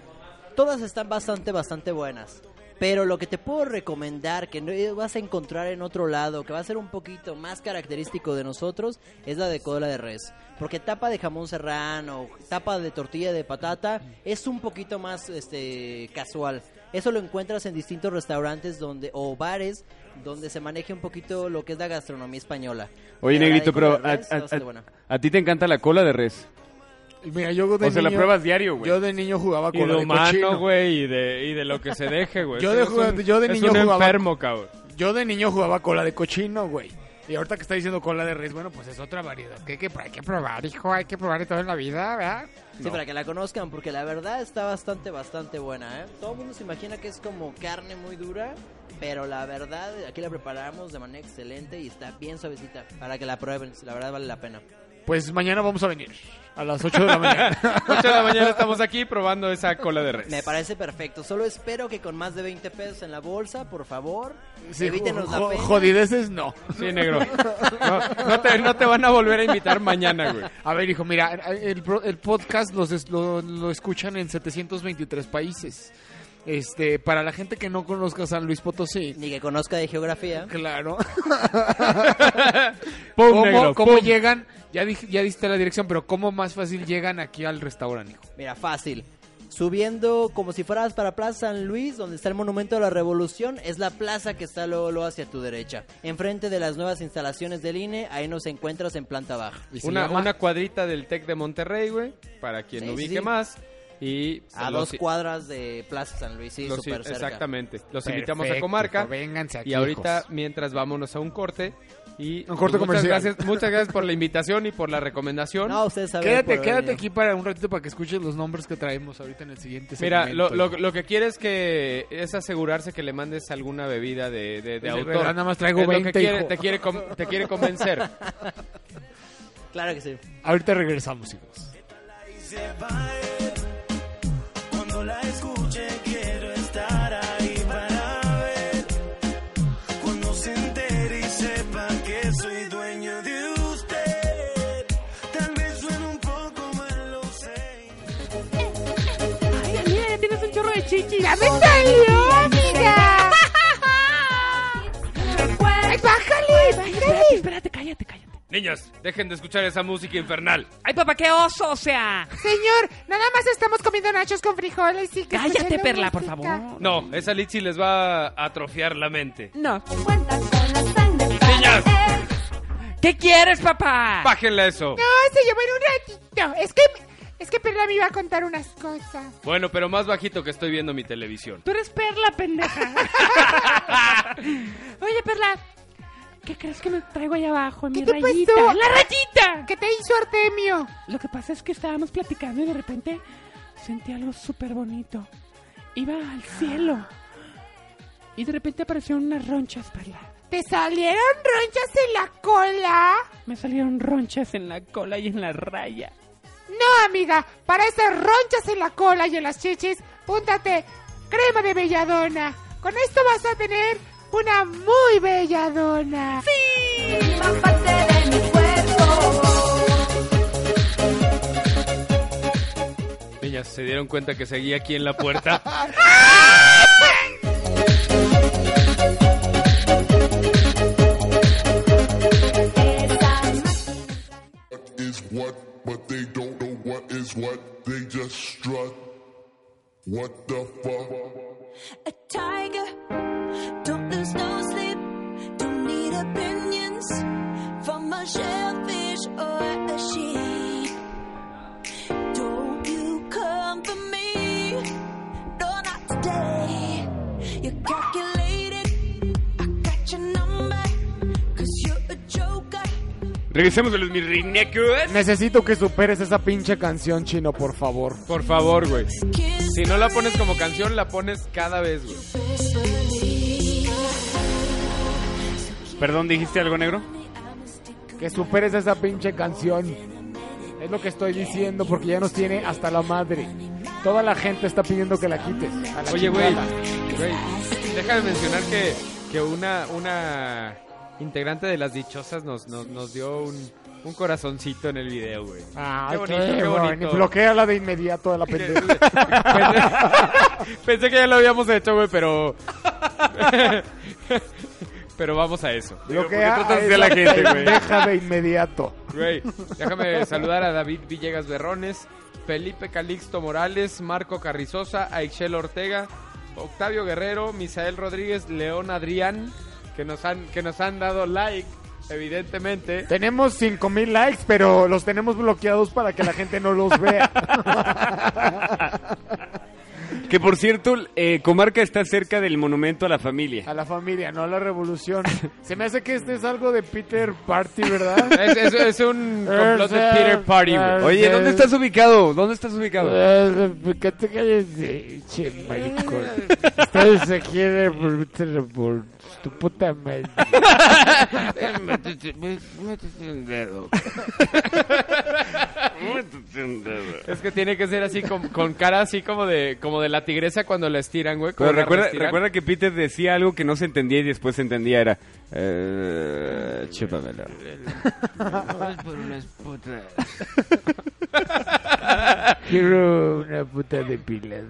S20: todas están bastante, bastante buenas. Pero lo que te puedo recomendar, que no eh, vas a encontrar en otro lado, que va a ser un poquito más característico de nosotros, es la de cola de res. Porque tapa de jamón serrano, tapa de tortilla de patata, es un poquito más este, casual. Eso lo encuentras en distintos restaurantes donde o bares donde se maneje un poquito lo que es la gastronomía española.
S4: Oye,
S20: Te hará
S4: Negrito,
S20: ahí con
S4: pero
S20: la
S4: a,
S20: res,
S4: a-
S20: está bastante
S4: a-
S20: buena.
S4: a ti te encanta la cola de res.
S8: Mira, yo de
S4: O sea, la
S8: niño-
S4: pruebas diario, güey.
S8: Yo de niño jugaba
S7: Y
S8: con
S7: de
S8: la
S7: humano, güey, y de, y de lo que se deje, güey.
S8: Yo
S7: Ese
S8: de,
S7: es
S8: jugar-
S7: un-
S8: yo de
S7: es
S8: niño
S7: un
S8: jugaba.
S7: enfermo, cabrón.
S8: Yo de niño jugaba cola de cochino, güey. Y ahorita que está diciendo cola de res, bueno, pues es otra variedad. Que hay que, hay que probar, hijo, hay que probar de todo en la vida, ¿verdad?
S20: Sí, para que la conozcan, porque la verdad está bastante, bastante buena, ¿eh? Todo el mundo se imagina que es como carne muy dura, pero la verdad aquí la preparamos de manera excelente y está bien suavecita. Para que la prueben, la verdad vale la pena.
S8: Pues mañana vamos a venir. A las 8 de la mañana.
S7: 8 de la mañana estamos aquí probando esa cola de res.
S20: Me parece perfecto. Solo espero que con más de 20 pesos en la bolsa, por favor,
S8: Sí,
S20: evítenos la
S8: jo-
S20: pena.
S8: jodideces no.
S7: Sí, negro. No, no te, no te van a volver a invitar mañana, güey.
S8: A ver, hijo, mira, el, pro- el podcast los es- lo, lo escuchan en 723 países. Este, para la gente que no conozca San Luis Potosí.
S20: Ni que conozca de geografía.
S8: Claro.
S20: Pum,
S8: ¿Cómo,
S20: negro,
S8: cómo
S20: pum.
S8: llegan? Ya, dij- ya diste la dirección, pero ¿cómo más fácil llegan aquí al restaurante, hijo?
S20: Mira, fácil. Subiendo como si fueras para Plaza San Luis, donde está el Monumento a la Revolución, es la plaza que está luego, luego hacia tu derecha. Enfrente de las nuevas instalaciones del INE, ahí nos encuentras en planta baja.
S7: Una, una cuadrita del TEC de Monterrey, güey, para quien
S20: Sí, sí,
S7: ubique
S20: sí.
S7: más. Y
S20: A
S7: los-
S20: dos cuadras de Plaza San Luis, sí,
S7: los-
S20: súper cerca.
S7: Exactamente. Los
S20: Perfecto,
S7: invitamos a Comarca.
S20: hijo, vénganse aquí,
S7: Y ahorita,
S20: hijos.
S7: mientras vámonos a un corte. Y
S8: Un
S7: muchas
S8: corte comercial.
S7: Gracias, muchas gracias por la invitación y por la recomendación.
S8: Quédate, quédate aquí para un ratito para que escuches los nombres que traemos ahorita en el siguiente
S7: Mira,
S8: segmento,
S7: lo, lo-
S8: hijo.
S7: lo que quiere es que es asegurarse que le mandes alguna bebida de, de, de
S8: De
S7: autor.
S8: verdad, nada más traigo
S7: Es lo que
S8: 20,
S7: quiere-
S8: hijo.
S7: te, quiere com- te quiere convencer.
S20: Claro que sí.
S8: Ahorita regresamos, hijos.
S14: se va él. Cuando la escuche quiero estar ahí para ver. Cuando se entere y sepa que soy dueño de usted. Tal vez suene un poco mal, lo sé.
S21: Ay, amiga, tienes un chorro de chichis. ¡Ya
S14: me salió, amiga.
S21: ¡Ay, bájale! Espérate, espérate, cállate, cállate.
S7: Niñas, dejen de escuchar esa música infernal.
S21: ¡Ay, papá, qué oso, o sea!
S1: Señor, nada más estamos comiendo nachos con frijoles y que
S21: Cállate,
S1: escuchando
S21: Perla, por
S1: música.
S7: No, esa Litsi les va a atrofiar la mente.
S21: No. ¡Niñas! ¿Qué quieres, papá?
S7: Bájenla eso.
S1: No, se llevó en un ratito. Es que, es que Perla me iba a contar unas cosas.
S7: Bueno, pero más bajito que estoy viendo mi televisión.
S1: Tú eres Perla, pendeja.
S21: Oye, Perla, ¿qué crees que me traigo allá abajo? Mi
S1: ¿Qué te
S21: rayita.
S1: pasó?
S21: ¡La rayita!
S1: ¿Qué te hizo Artemio?
S21: Lo que pasa es que estábamos platicando y de repente sentí algo súper bonito. Iba al cielo. Y de repente aparecieron unas ronchas, Perla.
S1: ¿Te salieron ronchas en la cola?
S21: Me salieron ronchas en la cola y en la raya.
S1: No, amiga. Para esas ronchas en la cola y en las chichis, púntate crema de belladona. Con esto vas a tener una muy belladona. ¡Sí!
S7: Niñas, ¿se dieron cuenta que seguía aquí en la puerta?
S22: is what, but they don't know what is what. They just strut. What the fuck?
S23: a tiger. Don't lose no sleep. Don't need opinions from a shellfish or a sheep. Don't you come for me? No, not today. You calculated. I got your number. Cause you're a joker.
S4: Regresemos a los mirrinecos.
S8: Necesito que superes esa pinche canción, chino, por favor.
S7: Por favor, güey. Si no la pones como canción, la pones cada vez, güey.
S4: Perdón, ¿dijiste algo negro?
S8: Que superes esa pinche canción. Es lo que estoy diciendo porque ya nos tiene hasta la madre. Toda la gente está pidiendo que la quites. a la
S7: Oye, güey,
S8: chingada.
S7: güey, deja de mencionar que, que una, una integrante de las dichosas nos, nos, nos dio un, un corazoncito en el video, güey.
S8: Ay,
S7: Ah, qué bonito, qué bonito.
S8: Bloquéala de inmediato a la pendeja.
S7: Pensé, pensé que ya lo habíamos hecho, güey, pero... pero vamos a eso.
S8: Bloquea
S7: ¿por qué tratas
S8: a
S7: de a la
S8: esa
S7: gente, güey?
S8: pendeja de inmediato.
S7: Güey, déjame saludar a David Villegas Berrones, Felipe Calixto Morales, Marco Carrizosa, Aixel Ortega, Octavio Guerrero, Misael Rodríguez, León Adrián, que nos han, que nos han dado like, evidentemente.
S8: Tenemos 5000 likes, pero los tenemos bloqueados para que la gente no los vea.
S4: Que por cierto, eh, Comarca está cerca del monumento a la familia.
S8: A la familia, no a la revolución. Se me hace que este es algo de Peter Party, ¿verdad?
S7: Es, es- es un complot de Peter Party, güey.
S4: Oye, ¿dónde estás ubicado? ¿Dónde estás ubicado?
S7: Eh,
S8: ¿Qué Eh, te calles de che, maricón? Estás aquí en el Peter Party, tu puta madre.
S6: Métete, mé- métete un dedo. Métete un dedo.
S7: Es que tiene que ser así con, con cara así como de como de la tigresa cuando la estiran, güey.
S4: Pero
S7: cuando la
S4: recuerda,
S7: restiran.
S4: recuerda que Peter decía algo que no se entendía y después se entendía. Era. Eh, chúpamelo.
S6: Vamos por unas putas.
S8: Quiero una puta depilada.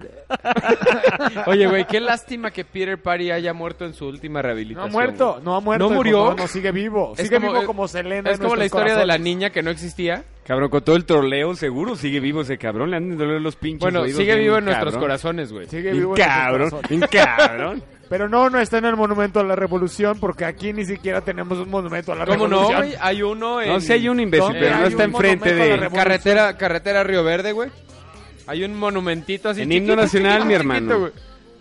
S7: Oye, güey, qué lástima que Peter Party haya muerto en su última
S8: No
S7: rehabilitación.
S8: ha muerto,
S7: güey.
S8: no ha muerto.
S7: No murió.
S8: No, sigue vivo.
S7: Es
S8: Sigue
S7: como-
S8: vivo
S7: es-
S8: como Selena.
S7: es
S8: en
S7: como la
S8: nuestros
S7: historia de la
S8: corazones.
S7: niña que no existía.
S4: Cabrón, con todo el troleo, seguro sigue vivo ese cabrón. Le han de doler los pinches.
S7: Bueno,
S4: oídos
S7: sigue
S4: bien
S7: vivo en
S4: cabrón.
S7: nuestros corazones, güey.
S8: Sigue
S4: Bien
S8: vivo en nuestros
S4: Cabrón,
S8: corazones.
S4: bien cabrón.
S8: Pero no, no está en el Monumento a la Revolución, porque aquí ni siquiera tenemos un Monumento a la
S7: ¿Cómo no,
S8: Revolución.
S7: güey? Hay uno en...
S4: No, sí hay un imbécil,
S7: ¿Dónde?
S4: pero no
S7: Hay
S4: está eh,
S7: un
S4: enfrente
S7: monumento a la
S4: de-
S7: revolución. Carretera, carretera Río Verde, güey. Hay un monumentito así
S4: En himno
S7: chiquito,
S4: nacional,
S7: chiquito,
S4: mi
S7: chiquito,
S4: hermano.
S7: güey.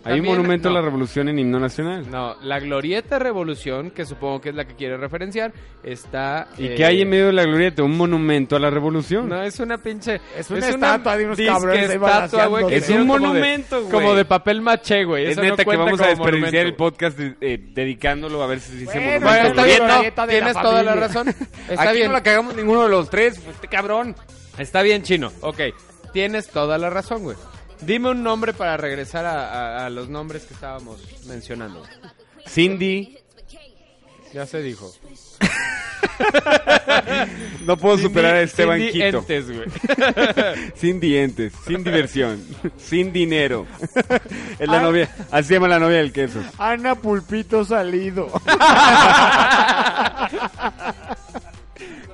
S4: Hay un
S7: También-
S4: monumento
S7: no.
S4: a la revolución en himno nacional.
S7: No, la glorieta revolución, que supongo que es la que quiere referenciar, está...
S4: ¿Y
S7: eh,
S4: qué hay en medio de la glorieta? Un monumento a la revolución.
S7: No, es una pinche...
S8: Es una estatua de unos cabrones ahí
S7: estatua, güey.
S8: balanceándose.
S7: que
S8: Es un
S7: hicieron como de-
S4: monumento, güey.
S7: Como de papel maché, güey.
S4: Es
S7: Eso
S4: neta
S7: no
S4: que
S7: cuenta
S4: vamos a
S7: como
S4: desperdiciar
S7: monumento.
S4: el podcast de- eh, dedicándolo a ver si se dice
S7: Bueno,
S4: monumento a la
S7: está bien,
S4: revolución.
S7: no, tienes toda la razón. Está
S4: Aquí
S7: bien.
S4: no la cagamos ninguno de los tres, pues, este cabrón.
S7: Está bien, chino. Ok, tienes toda la razón, güey. Dime un nombre para regresar a, a- a los nombres que estábamos mencionando.
S4: Cindy.
S7: Ya se dijo.
S4: No puedo superar a Esteban
S7: Cindy
S4: Quito.
S7: Entes, güey.
S4: sin dientes, sin diversión, sin dinero. es la
S8: Ah.
S4: novia, así se llama la novia del queso.
S8: Ana Pulpito Salido.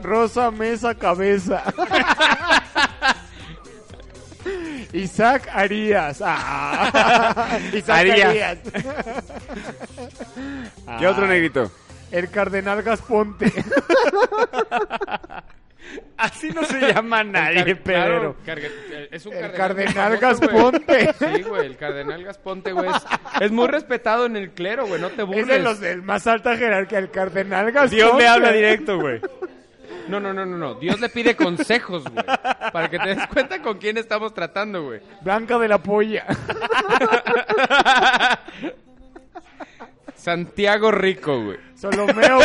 S8: Rosa Mesa Cabeza. Isaac Arias. Ah. Isaac
S4: Arias.
S8: Arias.
S4: ¿Qué otro
S8: Ay.
S4: negrito?
S8: El Cardenal Gasponte.
S4: Así no se llama nadie,
S7: Claro,
S4: pero
S7: cargue- eh, es un
S8: El
S7: cardenal,
S8: cardenal
S7: güey.
S8: Gasponte.
S7: Sí, güey, el cardenal Gasponte, güey. es- Es muy respetado en el clero, güey, no te burles.
S8: es de los de más alta jerarquía. El Cardenal Gasponte.
S4: Dios me habla directo, güey.
S7: No, no, no, no, no. Dios le pide consejos, güey. Para que te des cuenta con quién estamos tratando, güey.
S8: Blanca de la Polla.
S7: Santiago Rico, güey.
S8: Solomeo.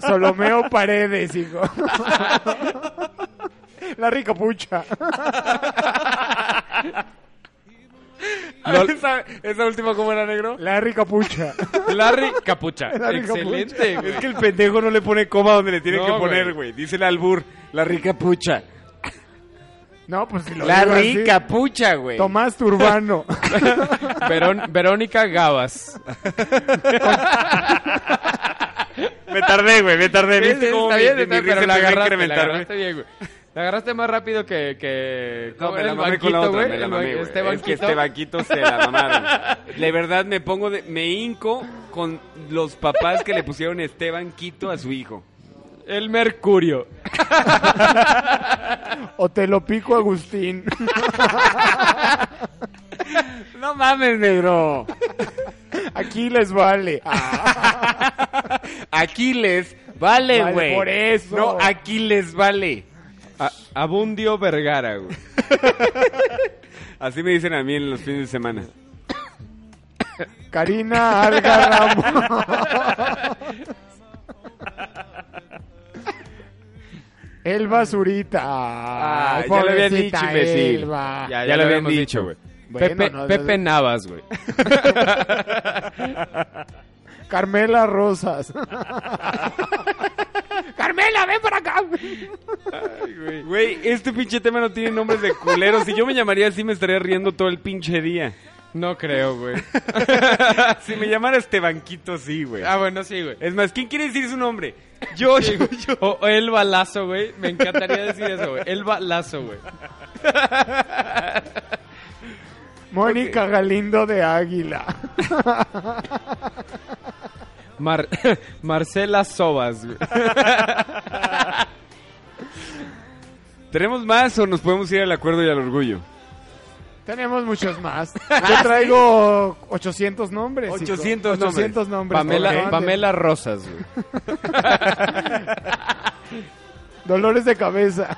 S8: Solomeo Paredes, hijo. La rica pucha.
S4: ¿Esa, esa última cómo era negro?
S8: La rica pucha.
S7: Larry Capucha.
S8: Larry
S7: Excelente,
S8: Capucha.
S7: güey.
S4: Es que el pendejo no le pone coma donde le tiene
S7: No,
S4: que
S7: güey.
S4: poner, güey. Dice el albur, la rica pucha.
S8: No, pues si lo
S4: La
S8: digo así.
S4: rica pucha, güey.
S8: Tomás Turbano.
S7: Verón- Verónica Gabas.
S4: Me tardé, güey, me tardé.
S7: Sí,
S4: ¿Viste
S7: sí,
S4: cómo
S7: está
S4: mi-
S7: bien,
S4: mi
S7: está bien,
S4: risa
S7: pero la
S4: empezó a
S7: agarraste, la
S4: incrementar, güey?
S7: agarraste bien, güey. La agarraste más rápido que... que
S4: No,
S7: ¿cómo
S4: me
S7: era
S4: la
S7: el
S4: mamé con la
S7: banquito,
S4: otra,
S7: güey?
S4: me la
S7: El
S4: mamé,
S7: ba-
S4: güey.
S7: este
S4: Es que
S7: banquito.
S4: este banquito se la mamaron. De verdad me pongo de, me hinco con los papás que le pusieron Esteban Quito a su hijo.
S7: El Mercurio.
S8: O te lo pico, Agustín.
S4: No mames, negro.
S8: Aquí les vale.
S4: Aquiles, vale,
S8: Vale,
S4: güey.
S8: por eso.
S4: No, Aquiles vale.
S7: A- Abundio Vergara, güey.
S4: Así me dicen a mí en los fines de semana.
S8: Karina Alga Ramos. Elba Zurita.
S4: Ah,
S8: Ay,
S4: ya lo habían
S8: pobrecita
S4: dicho, imbécil.
S8: Elba.
S4: Ya, ya
S7: Ah, Ya
S4: lo
S7: lo
S4: habían
S7: habíamos
S4: dicho,
S7: dicho,
S4: güey.
S8: Bueno,
S7: Pepe,
S8: no, no,
S7: Pepe
S8: no.
S7: Navas, güey.
S8: Carmela Rosas.
S1: Carmela, ven para acá.
S4: Güey, este pinche tema no tiene nombres de culeros. Si yo me llamaría así, me estaría riendo todo el pinche día.
S7: No creo, güey.
S4: Si me llamara Estebanquito, sí, güey.
S7: Ah, bueno, sí, güey.
S4: Es más, ¿quién quiere decir su nombre? Yo,
S7: Sí,
S4: yo,
S7: güey. O, o el balazo, güey. Me encantaría decir eso, güey. El balazo, güey.
S8: Mónica Galindo de Águila.
S7: Mar- Marcela Sobas, güey.
S4: ¿Tenemos más o nos podemos ir al acuerdo y al orgullo?
S8: Tenemos muchos más.
S1: Ah,
S8: Yo traigo 800 nombres. hijo.
S7: 800 nombres.
S8: 800 nombres.
S7: Pamela,
S8: obviamente.
S7: Pamela Rosas, güey.
S8: Dolores de cabeza.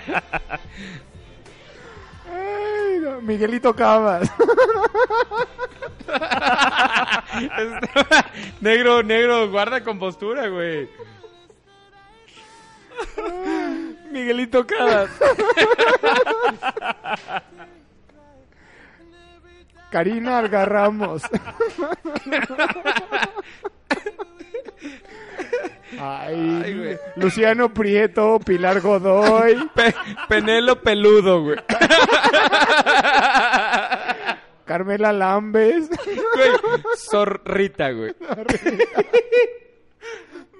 S8: Ay, no, Miguelito Cabas.
S7: negro, negro, guarda compostura, güey.
S13: Miguelito Cabas.
S8: Karina Algarramos. Ay, Luciano Prieto, Pilar Godoy.
S7: Penelo peludo, güey.
S8: Carmela Lambes.
S7: Güey, Zorrita, güey.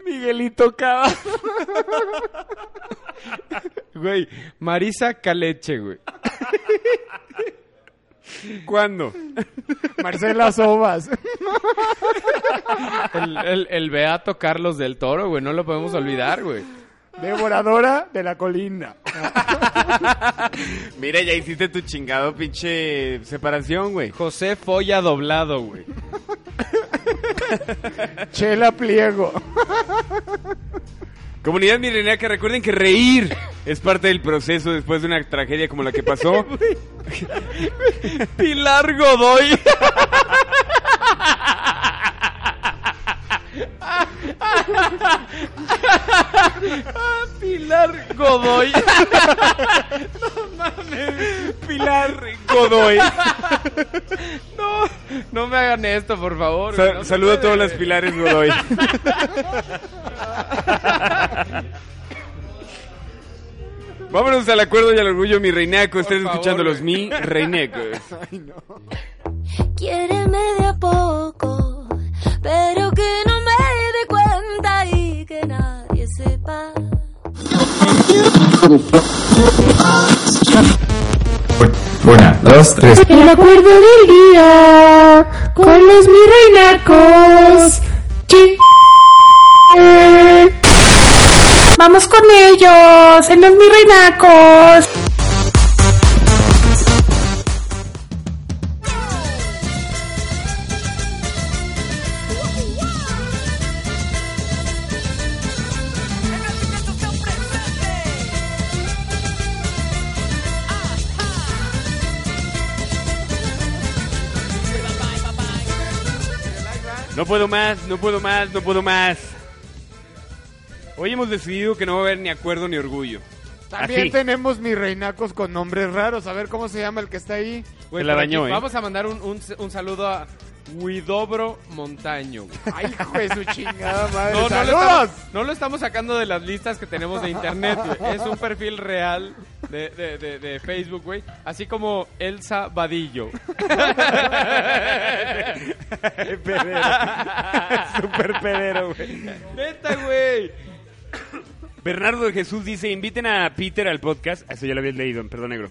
S13: Miguelito Cabas.
S7: Güey, Marisa Caleche, güey. ¿Cuándo?
S8: Marcela Sobas.
S7: El, el- el Beato Carlos del Toro, güey. No lo podemos olvidar, güey.
S8: Devoradora de la colina.
S4: Mira, ya hiciste tu chingado pinche separación, güey.
S7: José Folla doblado, güey.
S8: Chela Pliego.
S4: Comunidad milenaria que recuerden que reír es parte del proceso después de una tragedia como la que pasó.
S7: Pilar Godoy.
S13: Pilar Godoy. No mames. Pilar Godoy.
S7: No, no me hagan esto, por favor.
S4: Sa- saludo a todas las Pilares Godoy. Vámonos al acuerdo y al orgullo, mi reinaco. Estén escuchando los mi reinecos.
S23: Quiéreme de a poco, pero que no me dé cuenta y que nadie sepa.
S3: Una, dos, tres.
S1: El acuerdo del día con los mirreinacos. Chi- Vamos con ellos en los mirreinacos.
S4: No puedo más, no puedo más, no puedo más. Hoy hemos decidido que no va a haber ni acuerdo ni orgullo.
S8: También
S4: Así.
S8: tenemos mis reinacos con nombres raros. A ver cómo se llama el que está ahí.
S7: Güey,
S4: Se la
S7: por aquí
S4: bañó, ¿eh?
S7: Vamos a mandar un, un- un saludo a Huidobro Montaño. güey.
S8: Ay, hijo de su chingada madre.
S7: No, no, lo
S8: ¡Saludos!
S7: estamos, no lo estamos sacando de las listas que tenemos de internet, güey. Es un perfil real de, de- de- de Facebook, güey. Así como Elsa Vadillo.
S13: Pedero. Súper pedero, güey.
S7: Neta, güey.
S4: Bernardo de Jesús dice, inviten a Peter al podcast. Ah, Eso ya lo habías leído, perdón, negro.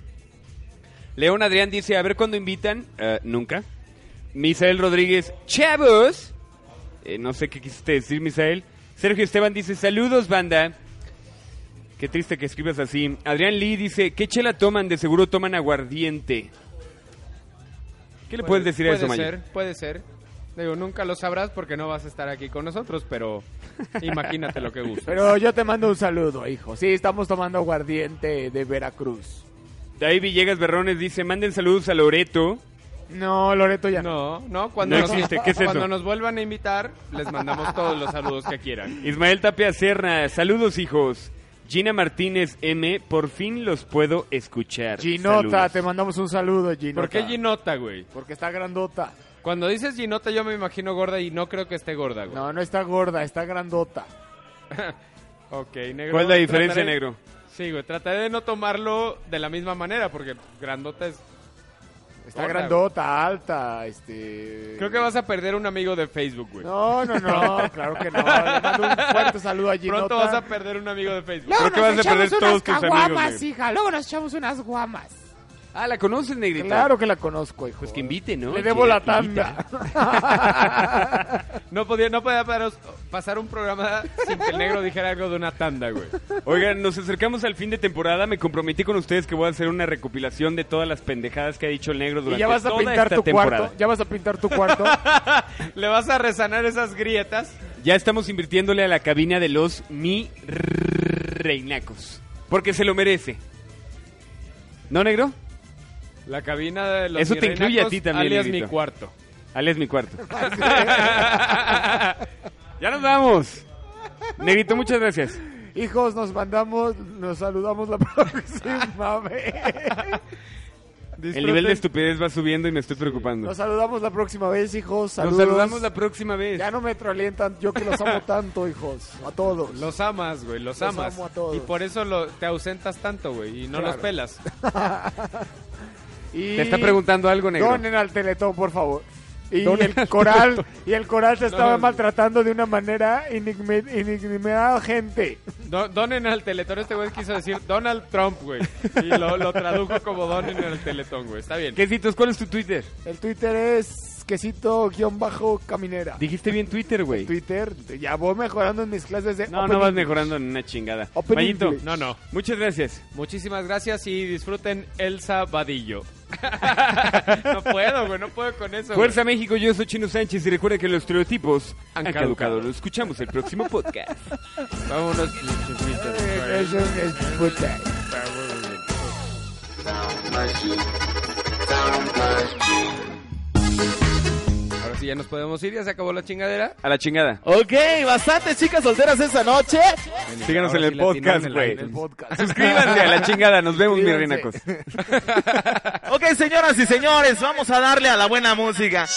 S4: León Adrián dice, a ver cuándo invitan. Eh, nunca. Misael Rodríguez, chavos. Eh, no sé qué quisiste decir, Misael. Sergio Esteban dice, saludos, banda. Qué triste que escribas así. Adrián Lee dice, ¿qué chela toman? De seguro toman aguardiente. ¿Qué le puedes decir a eso,
S7: Puede
S4: Mayo?
S7: ser, puede ser. Digo, nunca lo sabrás porque no vas a estar aquí con nosotros, pero imagínate lo que gusta.
S8: Pero yo te mando un saludo, hijo. Sí, estamos tomando aguardiente de Veracruz.
S4: David Villegas Berrones dice, manden saludos a Loreto.
S8: No, Loreto ya no.
S7: No, no, cuando,
S4: No
S7: nos,
S4: existe, ¿qué es eso?
S7: cuando nos vuelvan a invitar, les mandamos todos los saludos que quieran.
S4: Ismael Tapia Serna, saludos hijos. Gina Martínez M, por fin los puedo escuchar.
S8: Ginota,
S4: Saludos.
S8: te mandamos un saludo, Ginota.
S7: ¿Por qué Ginota, güey?
S8: Porque está grandota.
S7: Cuando dices Ginota, yo me imagino gorda y no creo que esté gorda, güey.
S8: No, no está gorda, está grandota.
S7: Ok, negro.
S4: ¿Cuál es la diferencia,
S7: Trataré-
S4: negro?
S7: Sí, güey, trataré de no tomarlo de la misma manera porque grandota es
S8: Está
S7: Gorda,
S8: grandota, alta, este...
S7: Creo que vas a perder un amigo de Facebook, güey.
S8: No, no, no, claro que no. Le mando un fuerte saludo a Ginota.
S7: Pronto vas a perder un amigo de Facebook.
S8: Luego
S7: Creo que
S8: nos
S7: vas a
S8: echamos
S7: perder todos
S8: unas
S7: tus amigos.
S1: Guamas,
S7: güey.
S1: hija. Luego nos echamos unas guamas.
S4: Ah, ¿la conoces, negrita?
S8: Claro que la conozco, hijo.
S4: Pues que invite, ¿no?
S8: Le debo
S4: Que-
S8: la
S4: que
S8: tanda.
S7: No podía, no podía paros- pasar un programa sin que el negro dijera algo de una tanda, güey.
S4: Oigan, nos acercamos al fin de temporada. Me comprometí con ustedes que voy a hacer una recopilación de todas las pendejadas que ha dicho el negro
S8: Y
S4: durante
S8: ya vas a
S4: toda
S8: pintar
S4: esta
S8: tu
S4: temporada.
S8: cuarto. Ya vas a pintar tu cuarto.
S7: Le vas a resanar esas grietas.
S4: Ya estamos invirtiéndole a la cabina de los mi reinacos. Porque se lo merece. ¿No, negro?
S7: La cabina de los
S4: Eso te
S7: mirenacos,
S4: incluye a ti también.
S7: Alias
S4: negrito.
S7: mi cuarto.
S4: Alias mi cuarto. ya nos vamos. Negrito, muchas gracias.
S8: Hijos, nos mandamos, nos saludamos la próxima vez.
S4: El nivel de estupidez va subiendo y me estoy preocupando.
S8: Nos saludamos la próxima vez, hijos. Saludos.
S4: saludamos la próxima vez.
S8: Ya no me troleen tan- yo que los amo tanto, hijos. A todos.
S7: Los amas, güey, los,
S8: Los
S7: amas.
S8: amo a todos.
S7: Y por eso lo- te ausentas tanto, güey, y no
S8: Claro.
S7: los pelas.
S8: Y
S4: Te está preguntando algo, negro.
S8: Donen al Teletón, por favor. Y
S4: Donen al
S8: el coral,
S4: Teletón.
S8: y el coral se estaba
S7: Donen.
S8: maltratando de una manera inigme- inimaginable gente.
S7: Do- donen al teletón, este güey quiso decir Donald Trump, güey. Y lo, lo tradujo como donen al teletón, güey. Está bien.
S4: Quesitos, ¿cuál es tu Twitter?
S8: El Twitter es quesito-caminera.
S4: Dijiste bien Twitter, güey.
S8: Twitter, ya voy mejorando en mis clases de
S4: No, no vas mejorando en una chingada.
S8: Open
S4: Mayito,
S8: English.
S7: No, no.
S4: muchas gracias.
S7: Muchísimas gracias y disfruten Elsa Vadillo. no puedo, güey, no puedo con eso. güey.
S4: Fuerza México, yo soy Chino Sánchez y recuerda que los estereotipos han,
S7: Han
S4: caducado.
S7: caducado.
S4: Lo escuchamos el próximo podcast.
S7: Vámonos,
S8: Eso es puta.
S7: Ahora sí, ya nos podemos ir, ya se acabó la chingadera.
S4: A la chingada.
S5: Ok, bastante chicas solteras esa noche.
S4: Síganos en
S7: Ahora
S4: el
S7: sí la
S4: podcast,
S7: atinaron en la-
S4: güey.
S7: en el podcast.
S4: Suscríbanse a la chingada. Nos vemos, mis
S5: Suscríbanse.
S4: rinacos.
S5: Ok, señoras y señores, vamos a darle a la buena música.